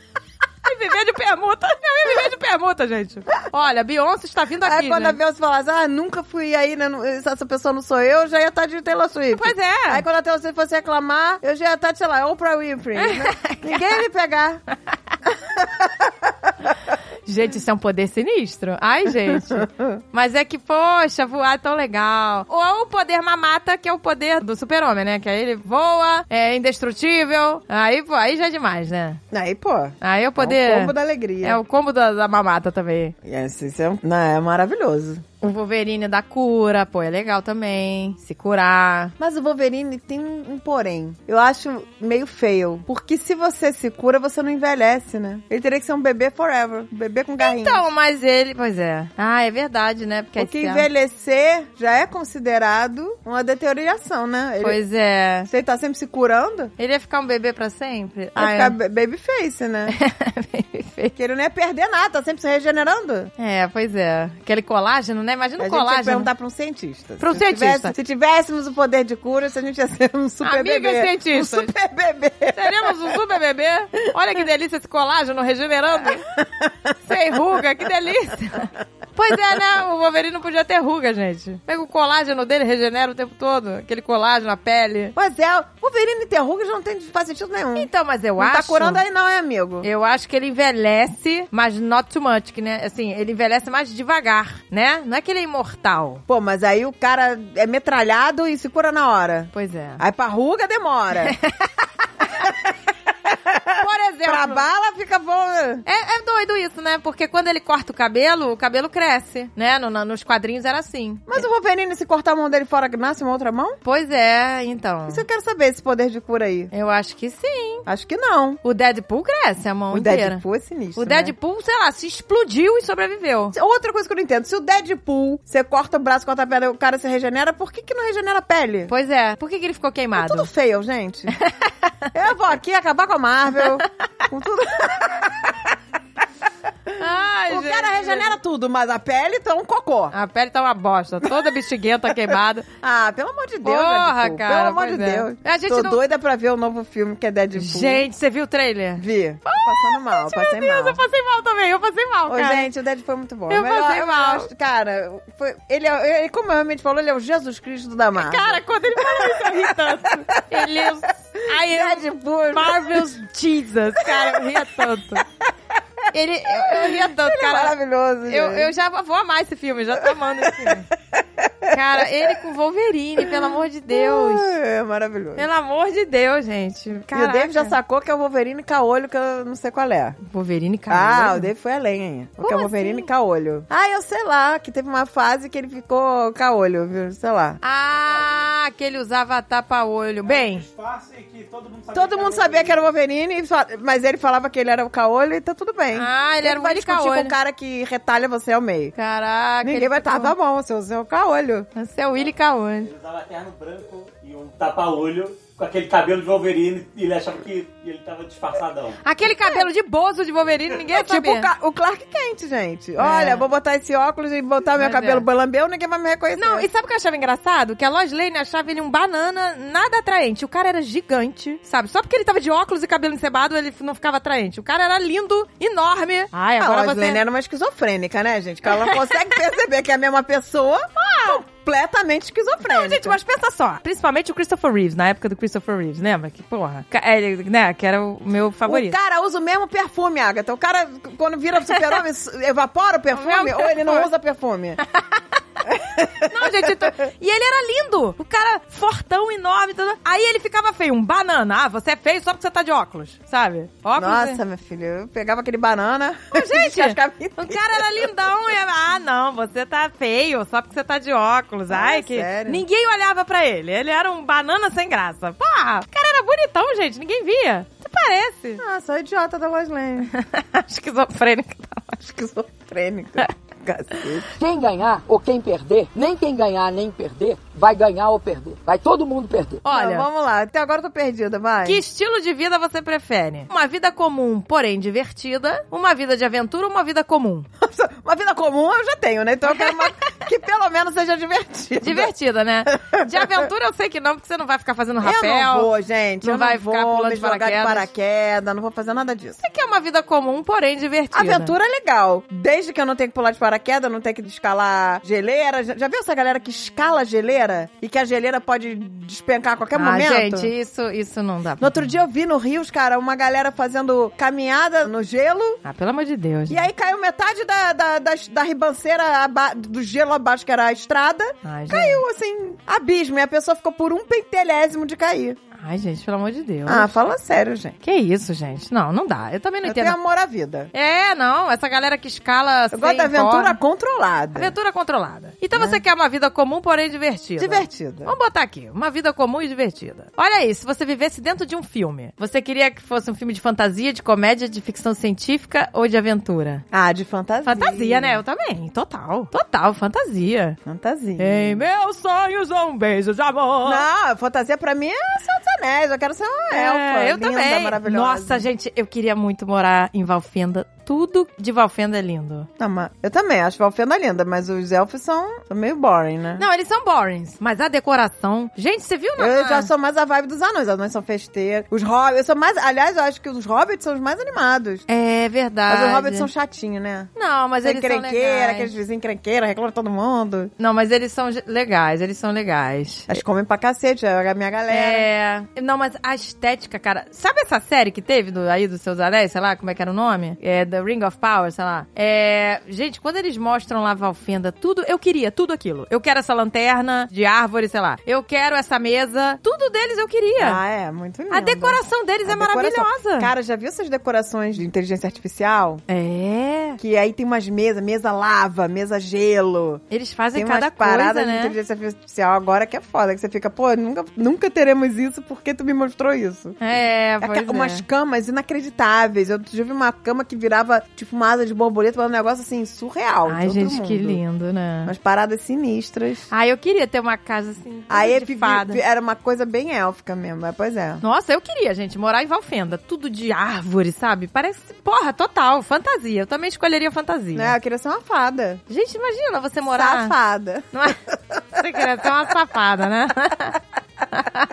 S1: E viver de permuta. Eu ia viver de permuta, gente. Olha, Beyoncé está vindo aqui.
S2: Aí É quando a
S1: gente.
S2: Beyoncé falasse, ah, nunca fui aí, né? não- essa essa pessoa não sou eu, já ia estar de Taylor Swift.
S1: Pois é.
S2: Aí quando a Taylor Swift fosse reclamar, eu já ia estar, de, sei lá, Oprah Winfrey. né? Ninguém ia me pegar.
S1: Gente, isso é um poder sinistro. Ai, gente. Mas é que, poxa, voar é tão legal. Ou o poder mamata, que é o poder do super-homem, né? Que aí ele voa, é indestrutível. Aí, pô, aí já é demais, né?
S2: Aí, pô. um
S1: Aí é o poder.
S2: combo da alegria.
S1: É o combo da- da mamata também.
S2: Yes, isso é, um- não, é maravilhoso.
S1: O Wolverine da cura, pô, é legal também. Se curar.
S2: Mas o Wolverine tem um, um porém. Eu acho meio feio. Porque se você se cura, você não envelhece, né? Ele teria que ser um bebê forever. Um bebê com garrinho.
S1: Então, mas ele. Pois é. Ah, é verdade, né? Porque,
S2: Porque
S1: esse-
S2: envelhecer já é considerado uma deterioração, né? Ele,
S1: Pois é.
S2: Se ele tá sempre se curando,
S1: Ele ia ficar um bebê pra sempre? Ah,
S2: vai
S1: Ai,
S2: ficar ba- babyface, né?
S1: babyface.
S2: Porque ele não ia perder nada, tá sempre se regenerando.
S1: É, pois é. Aquele colágeno, né? Imagina
S2: a
S1: o
S2: gente tinha que
S1: colágeno.
S2: perguntar pra um cientista.
S1: Pra um
S2: Se eu tivesse-
S1: cientista.
S2: se tivéssemos o poder de cura, se a gente ia ser um super
S1: Amigas
S2: bebê.
S1: cientistas.
S2: Um super bebê.
S1: Teremos um super bebê. Olha que delícia esse colágeno regenerando. Sem ruga, que delícia. Pois é, né? O Wolverine não podia ter ruga, gente. Pega o colágeno dele, regenera o tempo todo. Aquele colágeno, a pele.
S2: Pois é, o Wolverine ter rugas não tem, faz sentido nenhum.
S1: Então, mas eu
S2: não
S1: acho. É.
S2: tá curando aí não, hein, amigo?
S1: Eu acho que ele envelhece, mas not too much, que né? Assim, ele envelhece mais devagar, né? Não é que ele é imortal.
S2: Pô, mas aí o cara é metralhado e se cura na hora.
S1: Pois é.
S2: Aí pra ruga demora. É,
S1: Por exemplo.
S2: pra bala fica bom.
S1: É, é doido isso, né? Porque quando ele corta o cabelo, o cabelo cresce, né? No- na- nos quadrinhos era assim.
S2: Mas o Wolverine, se cortar a mão dele fora, nasce uma outra mão?
S1: Pois é, então.
S2: Isso é eu quero saber, esse poder de cura aí.
S1: Eu acho que sim.
S2: Acho que não.
S1: O Deadpool cresce a mão
S2: o
S1: inteira.
S2: Deadpool é sinistro,
S1: o Deadpool, sei lá, se explodiu e sobreviveu.
S2: né? Outra coisa que eu não entendo, se o Deadpool, você corta o braço, corta a perna, o cara se regenera, por que que não regenera a pele?
S1: Pois é. Por que, que ele ficou queimado?
S2: Tudo feio, gente. eu vou aqui acabar com a Marvel, com tudo.
S1: Ai,
S2: o
S1: gente.
S2: cara regenera tudo, mas a pele tá um cocô.
S1: A pele tá uma bosta. Toda bexiguenta queimada.
S2: Ah, pelo amor de Deus,
S1: Porra,
S2: Deadpool.
S1: cara,
S2: Pelo amor
S1: pois
S2: de
S1: é.
S2: Deus.
S1: A gente
S2: Tô
S1: não-
S2: doida pra ver o novo filme que é Deadpool.
S1: Gente, você viu o trailer?
S2: Vi. Tô passando mal,
S1: Meu
S2: passei
S1: Deus,
S2: mal.
S1: eu passei mal também, eu passei mal,
S2: Ô,
S1: cara.
S2: gente, o Deadpool é muito bom.
S1: Eu
S2: O melhor-
S1: passei
S2: eu
S1: mal.
S2: acho- cara, foi- ele, é, ele, como eu realmente falou, ele é o Jesus Cristo da Marvel.
S1: Cara, quando ele fala isso, eu ri tanto. Ele é... Ai, é
S2: Deadpool.
S1: Marvel's Jesus, cara, eu ria tanto. Ele... Eu, eu ria tanto,
S2: é
S1: cara.
S2: maravilhoso.
S1: Eu,
S2: gente.
S1: eu já vou amar esse filme, já tô amando esse filme. Cara, ele com o Wolverine, pelo amor de Deus.
S2: É maravilhoso.
S1: Pelo amor de Deus, gente. Caraca.
S2: E o Dave já sacou que é o Wolverine caolho, que eu não sei qual é.
S1: Wolverine, cara.
S2: Ah, o Dave foi além, hein? Porque é o
S1: Como
S2: Wolverine
S1: assim?
S2: caolho. Ah, eu sei lá, que teve uma fase que ele ficou caolho, viu? Sei lá.
S1: Ah, que ele usava tapa-olho. Bem,
S4: todo mundo sabia
S2: Todo mundo sabia que era o Wolverine, e fa- mas ele falava que ele era o caolho e tá tudo bem.
S1: Ah, ele
S2: Quem
S1: era o
S2: vai
S1: único
S2: discutir com
S1: caolho.
S2: o cara que retalha você ao meio.
S1: caraca.
S2: Ninguém
S1: ele
S2: vai estar,
S1: ficou-
S2: tá bom, seu Zé é o caolho.
S1: Esse é o Willy Caone.
S4: Ele usava terno branco e um tapa-olho com aquele cabelo de Wolverine e ele achava que ele tava disfarçadão.
S1: Aquele cabelo de bozo de Wolverine, ninguém
S2: É
S1: sabia.
S2: tipo o, Ca- o Clark Kent, gente. Olha, vou botar esse óculos e botar meu
S1: Mas
S2: cabelo
S1: é.
S2: balambeu, ninguém vai me reconhecer.
S1: Não, e sabe o que eu achava engraçado? Que a Lois Lane achava ele um banana nada atraente. O cara era gigante, sabe? Só porque ele tava de óculos e cabelo encebado, ele f- não ficava atraente. O cara era lindo, enorme. Ai,
S2: Agora
S1: agora
S2: Ah, a
S1: você...
S2: Loslane era uma esquizofrênica, né, gente? Que ela não consegue perceber que é a mesma pessoa completamente esquizofrênica.
S1: Ah. Não, gente, mas pensa só. Principalmente o Christopher Reeves, na época do Christopher Reeves, lembra? Que porra. Ca- é, ele, né, que era o meu
S2: O
S1: favorito.
S2: cara usa o mesmo perfume, Agatha. O cara, quando vira super-homem, su- evapora o
S1: O
S2: perfume
S1: mesmo
S2: ou ele não
S1: perfume.
S2: usa perfume?
S1: Não, gente, eu tô- e ele era lindo. O cara fortão, enorme. tudo. Aí ele ficava feio, um banana. Ah, você é feio só porque você tá de óculos, sabe? Óculos.
S2: Nossa, minha filha, eu pegava aquele banana.
S1: Mas, gente,
S2: descascava
S1: o cara era lindão e era, ah, não, você tá feio, só porque você tá de óculos.
S2: Ah,
S1: Ai, que.
S2: sério?
S1: Ninguém olhava pra ele. Ele era um banana sem graça. Porra, o cara era bonitão, gente, ninguém via. Até parece.
S2: Ah, sou idiota da Loslane.
S1: Esquizofrênico.
S2: Esquizofrênica. Cacete.
S5: Quem ganhar ou quem perder, nem quem ganhar nem perder, vai ganhar ou perder. Vai todo mundo perder.
S1: Olha.
S2: Não, vamos lá. Até agora eu tô perdida, vai.
S1: Que estilo de vida você prefere? Uma vida comum, porém divertida, uma vida de aventura ou uma vida comum?
S2: Uma vida comum eu já tenho, né? Então eu quero uma que pelo menos seja divertida.
S1: Divertida, né? De aventura eu sei que não, porque você não vai ficar fazendo rapel.
S2: Eu não vou, gente.
S1: Não
S2: eu
S1: vai
S2: não vou
S1: ficar pulando
S2: me
S1: de
S2: jogar de
S1: paraquedas.
S2: paraquedas, não vou fazer nada disso.
S1: Você quer é uma vida comum, porém divertida.
S2: Aventura é legal. Desde que eu não tenho que pular de paraquedas, não tenho que escalar geleira. Já, já viu essa galera que escala geleira? E que a geleira pode despencar a qualquer
S1: ah,
S2: um momento?
S1: gente, isso, isso não dá.
S2: No
S1: pra-
S2: outro dia eu vi no Rios, cara, uma galera fazendo caminhada no gelo.
S1: Ah, pelo amor de Deus.
S2: E aí caiu metade da, da, das- da ribanceira aba- do gelo abaixo, que era a estrada.
S1: Ai, gente.
S2: Caiu, assim, abismo. E a pessoa ficou por um pentelésimo de cair.
S1: Ai, gente, pelo amor de Deus.
S2: Ah, fala sério, gente.
S1: Que isso, gente? Não, não dá. Eu também não
S2: Eu
S1: entendo.
S2: tenho amor à vida.
S1: É, não. Essa galera que escala.
S2: Eu gosto da aventura controlada.
S1: Aventura controlada. Então você quer uma vida comum, porém divertida.
S2: Divertida.
S1: Vamos botar aqui, uma vida comum e divertida. Olha aí, se você vivesse dentro de um filme, você queria que fosse um filme de fantasia, de comédia, de ficção científica ou de aventura?
S2: Ah, de fantasia.
S1: Fantasia, né? Eu também. Total. Total, fantasia.
S2: Fantasia.
S1: Em meus sonhos, um beijo de amor.
S2: Não, fantasia pra mim é Senhor dos Anéis. Eu quero ser uma elfa.
S1: É, eu
S2: linda,
S1: também.
S2: maravilhosa.
S1: Nossa, gente, eu queria muito morar em Valfenda. Tudo de Valfenda é lindo.
S2: Não, mas eu também acho Valfenda linda, mas os elfos são, são meio boring, né?
S1: Não, eles são borings, mas a decoração. Gente, você viu Ah, na.
S2: Eu já sou mais a vibe dos anões. Os anões são festeiros. Os hobbits, eu sou mais... Aliás, eu acho que os hobbits são os mais animados.
S1: É verdade.
S2: Mas os hobbits são chatinhos, né?
S1: Não, mas
S2: Tem
S1: eles são
S2: encrenqueira,
S1: legais.
S2: aqueles vizinhos encrenqueira, reclamam todo mundo.
S1: Não, mas eles são ge- legais, eles são legais.
S2: Eles comem pra cacete, é a minha galera.
S1: É. Não, mas a estética, cara. Sabe essa série que teve do, aí dos seus anéis, sei lá, como é que era o nome? É The Ring of Power, sei lá. É. Gente, quando eles mostram lá Valfenda, tudo, eu queria tudo aquilo. Eu quero essa lanterna de árvore, sei lá. Eu quero essa mesa. Tudo deles eu queria.
S2: Ah, é, muito lindo.
S1: a decoração deles
S2: A
S1: é
S2: decoração.
S1: maravilhosa.
S2: Cara, já viu essas decorações de inteligência artificial?
S1: É.
S2: Que aí tem umas mesas, mesa lava, mesa gelo.
S1: Eles fazem
S2: Tem
S1: é cada
S2: umas paradas
S1: coisa,
S2: de
S1: né?
S2: inteligência artificial agora que é foda, que você fica, pô, nunca, nunca teremos isso porque tu me mostrou isso.
S1: É,
S2: Aca-
S1: pois é.
S2: Umas camas inacreditáveis. Eu tive uma cama que virava tipo uma asa de borboleta, mas um negócio assim, surreal. de
S1: Ai,
S2: outro
S1: gente, que
S2: mundo.
S1: lindo, né?
S2: Umas paradas sinistras.
S1: Ai, eu queria ter uma casa assim.
S2: Aí
S1: toda
S2: é
S1: de
S2: vi- vi-
S1: fada.
S2: era uma coisa bem élfica mesmo, mas pois é.
S1: Nossa, eu queria, gente, morar em Valfenda. Tudo de árvore, sabe? Parece, porra, total, fantasia. Eu também escolheria fantasia.
S2: Né, eu queria ser uma fada.
S1: Gente, imagina você morar...
S2: Safada.
S1: numa- Você queria ser uma safada, né?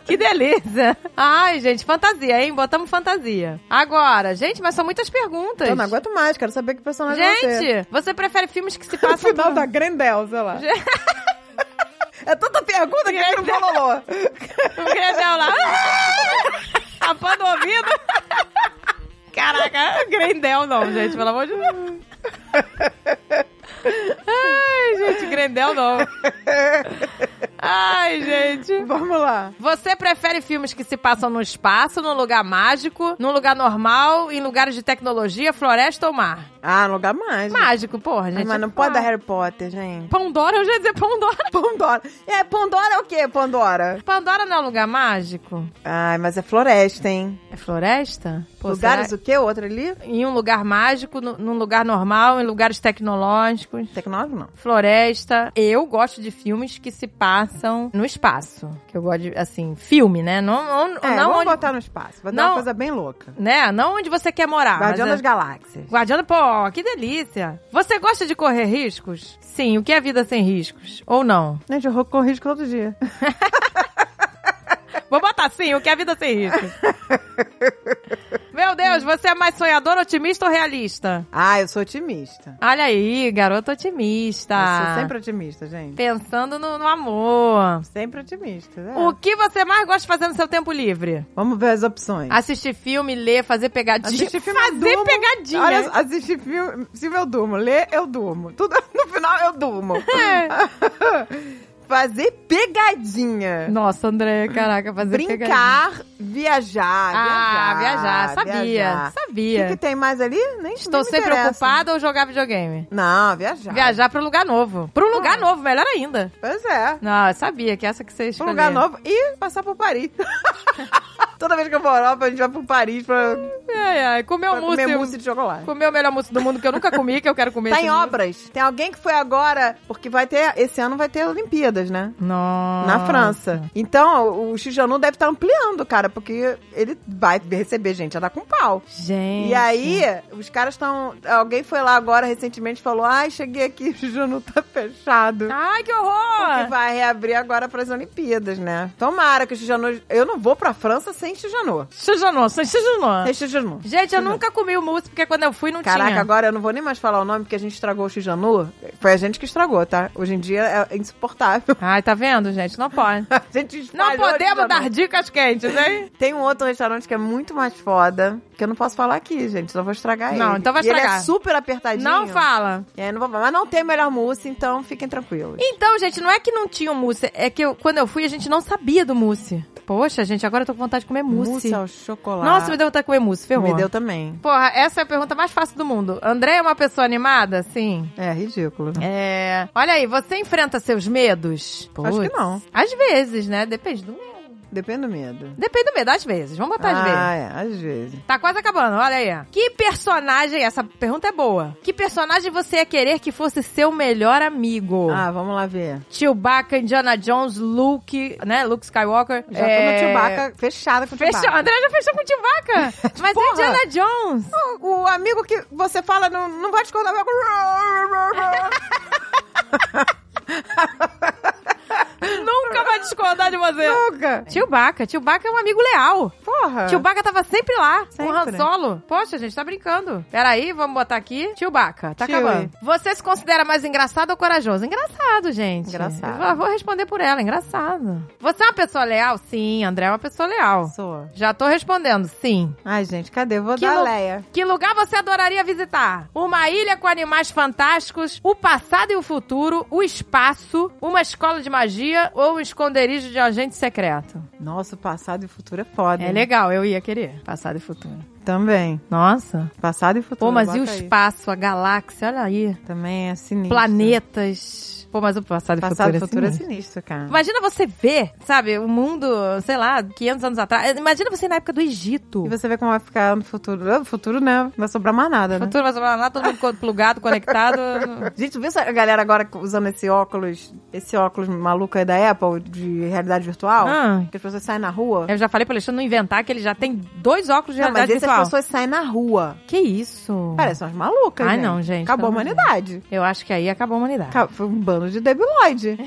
S1: que delícia. Ai, gente, fantasia, hein? Botamos fantasia. Agora, gente, mas são muitas perguntas.
S2: Eu não aguento mais, quero saber que personagem é você.
S1: Gente, você prefere filmes que se
S2: No
S1: passam...
S2: final
S1: por-
S2: da Grendel, sei lá. é tanta pergunta que eu não falou.
S1: O Grendel Um lá. Tapando o ouvido. Caraca, Grendel não, gente, pelo amor de Deus. Ai, gente, surpreendeu, não. Ai, gente.
S2: Vamos lá.
S1: Você prefere filmes que se passam no espaço, num lugar mágico, num lugar normal, em lugares de tecnologia, floresta ou mar?
S2: Ah, no lugar mágico.
S1: Mágico, porra,
S2: Ah,
S1: gente.
S2: Mas não pode dar Harry Potter, gente.
S1: Pandora, eu já ia dizer Pandora.
S2: Pandora. É, Pandora é o quê, Pandora?
S1: Pandora não é um lugar mágico?
S2: Ai, mas é floresta, hein?
S1: É floresta? Pô,
S2: Lugares
S1: será-
S2: o quê? Outro ali?
S1: Em um lugar mágico, nu- num lugar normal, em lugares tecnológicos.
S2: Tecnológico, não.
S1: Floresta. Eu gosto de filmes que se passam no espaço. Que eu gosto de, assim, filme, né? Não, não,
S2: É,
S1: não
S2: vamos
S1: onde.
S2: botar no espaço. Vai dar
S1: Não.
S2: uma coisa bem louca.
S1: Né? Não onde você quer morar. mas
S2: Guardião
S1: é-
S2: das Galáxias.
S1: Guardiana, pô, que delícia. Você gosta de correr riscos? Sim, o que é vida sem riscos? Ou não?
S2: Gente, eu corro risco todo dia.
S1: Vou botar sim, o que é vida sem riscos. Meu Deus, você é mais sonhador, otimista ou realista?
S2: Ah, eu sou otimista.
S1: Olha aí, garota otimista.
S2: Eu sou sempre otimista, gente.
S1: Pensando no, no amor.
S2: Sempre otimista, né?
S1: O que você mais gosta de fazer no seu tempo livre?
S2: Vamos ver as opções.
S1: Assistir filme, ler, fazer pegadinha.
S2: Assistir filme, eu
S1: fazer
S2: durmo.
S1: pegadinha.
S2: Olha, assistir filme, filme eu durmo. Ler, eu durmo. Tudo no final eu durmo.
S1: É.
S2: Fazer pegadinha.
S1: Nossa, André, caraca, fazer pegadinha.
S2: Brincar, viajar,
S1: Ah, viajar,
S2: viajar.
S1: sabia,
S2: viajar.
S1: sabia.
S2: O que, que tem mais ali? Nem nem
S1: Estou
S2: me
S1: sempre
S2: interessa. Tá.
S1: ocupada ou jogar videogame?
S2: Não, viajar.
S1: Viajar para um lugar novo. Para um
S2: Ah.
S1: lugar novo, melhor ainda.
S2: Pois é.
S1: Não, eu sabia que essa que você
S2: Pra
S1: escolheu.
S2: um lugar novo e passar por Paris. Toda vez que eu vou à Europa, a gente vai pro Paris pra,
S1: Ai, ai, comeu
S2: pra
S1: mousse.
S2: comer mousse de chocolate.
S1: Comeu o melhor mousse do mundo que eu nunca comi, que eu quero comer.
S2: Tá
S1: esse
S2: em
S1: mundo.
S2: obras. Tem alguém que foi agora, porque vai ter. Esse ano vai ter Olimpíadas, né?
S1: Nossa.
S2: Na França. Então, o Xijanu deve estar ampliando, cara, porque ele vai receber gente a dar com pau.
S1: Gente.
S2: E aí, os caras estão. Alguém foi lá agora recentemente e falou: ai, cheguei aqui, o Xijanu tá fechado.
S1: Ai, que
S2: Que
S1: horror!
S2: vai reabrir agora pras Olimpíadas, né? Tomara que o Xijanu. Eu não vou pra França sem Xijanu.
S1: Chujanô, sou chujanô.
S2: Sem Xijanu.
S1: Gente, eu nunca comi o mousse, porque quando eu fui não
S2: Caraca,
S1: tinha.
S2: agora eu não vou nem mais falar o nome, porque a gente estragou o Xijanu. Foi a gente que estragou, tá? Hoje em dia é insuportável.
S1: Ai, tá vendo, gente? Não pode.
S2: A gente
S1: Não
S2: espalhou o
S1: podemos
S2: Xijanu.
S1: dar dicas quentes, hein?
S2: Tem um outro restaurante que é muito mais foda, que eu não posso falar aqui, gente, senão eu vou estragar
S1: Não,
S2: ele.
S1: então vai
S2: E ele
S1: estragar.
S2: é super apertadinho.
S1: Não fala.
S2: E aí eu não vou, mas não tem o melhor mousse, então fiquem tranquilos.
S1: Então, gente, não é que não tinha o mousse, é que eu- quando eu fui a gente não sabia do mousse. Poxa, gente, agora eu tô com vontade de comer mousse.
S2: ao chocolate.
S1: Nossa, me deu vontade de comer mousse, ferrou.
S2: Me deu também.
S1: Porra, essa é a pergunta mais fácil do mundo. André é uma pessoa animada? Sim.
S2: É ridículo.
S1: É. Olha aí, você enfrenta seus medos?
S2: Acho que não.
S1: Às vezes, né? Depende do medo.
S2: Depende do medo.
S1: Depende do medo, às vezes. Vamos botar às vezes.
S2: ah, é, às vezes.
S1: Tá quase acabando, olha aí. ó. Que personagem, essa pergunta é boa. Que personagem você ia querer que fosse seu melhor amigo?
S2: Ah, vamos lá ver.
S1: Chewbacca, Indiana Jones, Luke, né? Luke Skywalker.
S2: Já
S1: É,
S2: tô no Chewbacca, fechada com o
S1: Fechou.
S2: Chewbacca.
S1: André já fechou com o Chewbacca. Mas é
S2: Porra.
S1: Indiana Jones.
S2: O amigo que você fala não, não vai te contar.
S1: É. Nunca vai discordar de você.
S2: Nunca.
S1: Chewbacca. Chewbacca é um amigo leal.
S2: Porra.
S1: Chewbacca tava sempre lá, com o
S2: Sempre. né?
S1: Han Solo. Poxa, gente, tá brincando. Peraí, vamos botar aqui. Chewbacca, tá
S2: Chewie.
S1: acabando. Você se considera mais engraçado ou corajoso? Engraçado, gente.
S2: Engraçado.
S1: Eu vou responder por ela, engraçado. Você é uma pessoa leal? Sim, André é uma pessoa leal.
S2: Sou.
S1: Já tô respondendo, sim.
S2: Ai, gente, cadê? Vou
S1: Que
S2: dar
S1: lou-
S2: a Leia.
S1: Que lugar você adoraria visitar? Uma ilha com animais fantásticos, o passado e o futuro, o espaço, uma escola de magia ou um esconderijo de agente secreto?
S2: Nossa, o passado e o futuro é foda.
S1: É
S2: hein?
S1: legal, eu ia querer. Passado e futuro.
S2: Também.
S1: Nossa.
S2: Passado e futuro.
S1: Pô, mas e o
S2: bota aí.
S1: espaço, a galáxia, olha aí.
S2: Também é sinistro.
S1: Planetas. Pô, mas o passado,
S2: Passado
S1: e
S2: e futuro é
S1: sinistro.
S2: sinistro, cara.
S1: Imagina você ver, sabe, o mundo, sei lá, 500 anos atrás. Eh, Imagina você na época do Egito.
S2: E você vê como vai ficar no futuro. Ah, No futuro, né? Não vai sobrar mais nada, né?
S1: Futuro vai sobrar lá, todo mundo co- plugado, conectado.
S2: Gente, tu viu essa galera agora usando esse óculos, esse óculos maluco aí da Apple, de realidade virtual?
S1: Ah.
S2: Que as pessoas saem na rua.
S1: Eu já falei pro Alexandre não inventar que ele já tem dois óculos de
S2: Não, mas é
S1: realidade
S2: essas
S1: virtual.
S2: pessoas saem na rua.
S1: Que isso?
S2: Parecem umas malucas,
S1: Ai,
S2: gente.
S1: não, gente,
S2: Acabou a
S1: pelo amor de
S2: humanidade.
S1: Eu acho que aí acabou a humanidade.
S2: Ca- Foi um bando de debilóide.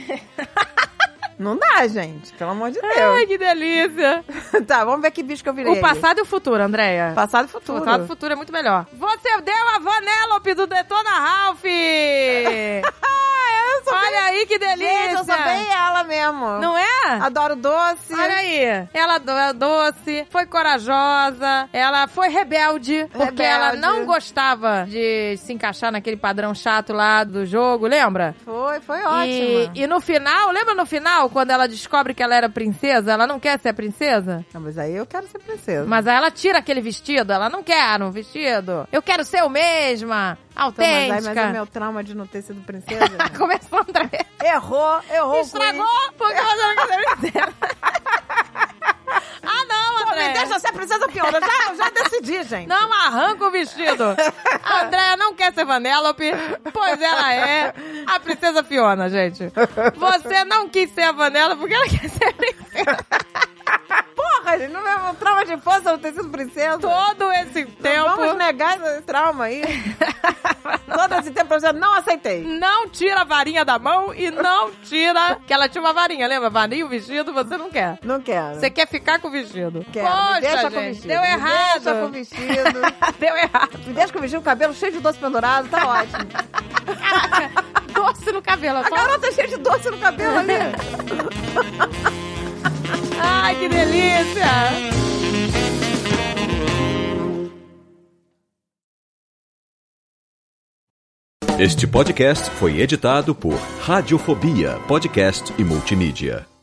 S2: não dá, gente. Pelo amor de Deus.
S1: Ai, que delícia.
S2: tá, vamos ver que bicho que eu virei.
S1: O passado e o futuro, Andréia.
S2: Passado e futuro.
S1: Passado e futuro é muito melhor. Você deu a Vanellope do Detona Ralph!
S2: Ah, eu sou
S1: Olha aí, que delícia!
S2: Gente, eu sou bem ela mesmo.
S1: é Não é?
S2: Adoro doce.
S1: Olha aí, ela do- é doce, foi corajosa, ela foi rebelde, porque
S2: Rebelde.
S1: ela não gostava de se encaixar naquele padrão chato lá do jogo, lembra?
S2: Foi, foi
S1: E,
S2: Tá ótima.
S1: e no final, lembra no final, quando ela descobre que ela era princesa, ela não quer ser princesa?
S2: Não, mas aí eu quero ser princesa.
S1: Mas aí ela tira aquele vestido, ela não quer um vestido. Eu quero ser eu mesma,
S2: Então, mas aí,
S1: autêntica.
S2: mas é meu trauma de não ter sido princesa. né?
S1: Começou a entrar.
S2: errou, errou. o
S1: Estragou,
S2: Queen.
S1: porque você não quer ser Ah, não,
S2: Pô,
S1: André.
S2: me deixa ser princesa pior. Eu já, eu já decidi, gente.
S1: Não arranca o vestido. A Andréia não quer ser Vanellope, pois ela é a princesa Fiona, gente. Você não quis ser a Vanellope porque ela quer ser princesa.
S2: Porra, gente, não é um trauma de força não ter sido princesa.
S1: Todo esse
S2: Não Vamos
S1: tempo.
S2: negar esse trauma aí. Todo esse tempo eu já não aceitei.
S1: Não tira a varinha da mão e não tira. Que ela tinha uma varinha, lembra? Varinha, o vestido, você não quer.
S2: Não quero.
S1: Você quer ficar com o vestido.
S2: Quero.
S1: Poxa,
S2: me deixa
S1: gente,
S2: com o vestido.
S1: deu
S2: me
S1: errado.
S2: Deixa com o vestido.
S1: Deu errado.
S2: me deixa com o vestido, o cabelo cheio de doce pendurado, tá ótimo.
S1: Doce no cabelo.
S2: A
S1: só-
S2: garota é cheia de doce no cabelo ali.
S1: Ai, que delícia!
S7: Este podcast foi editado por Radiofobia, podcast e multimídia.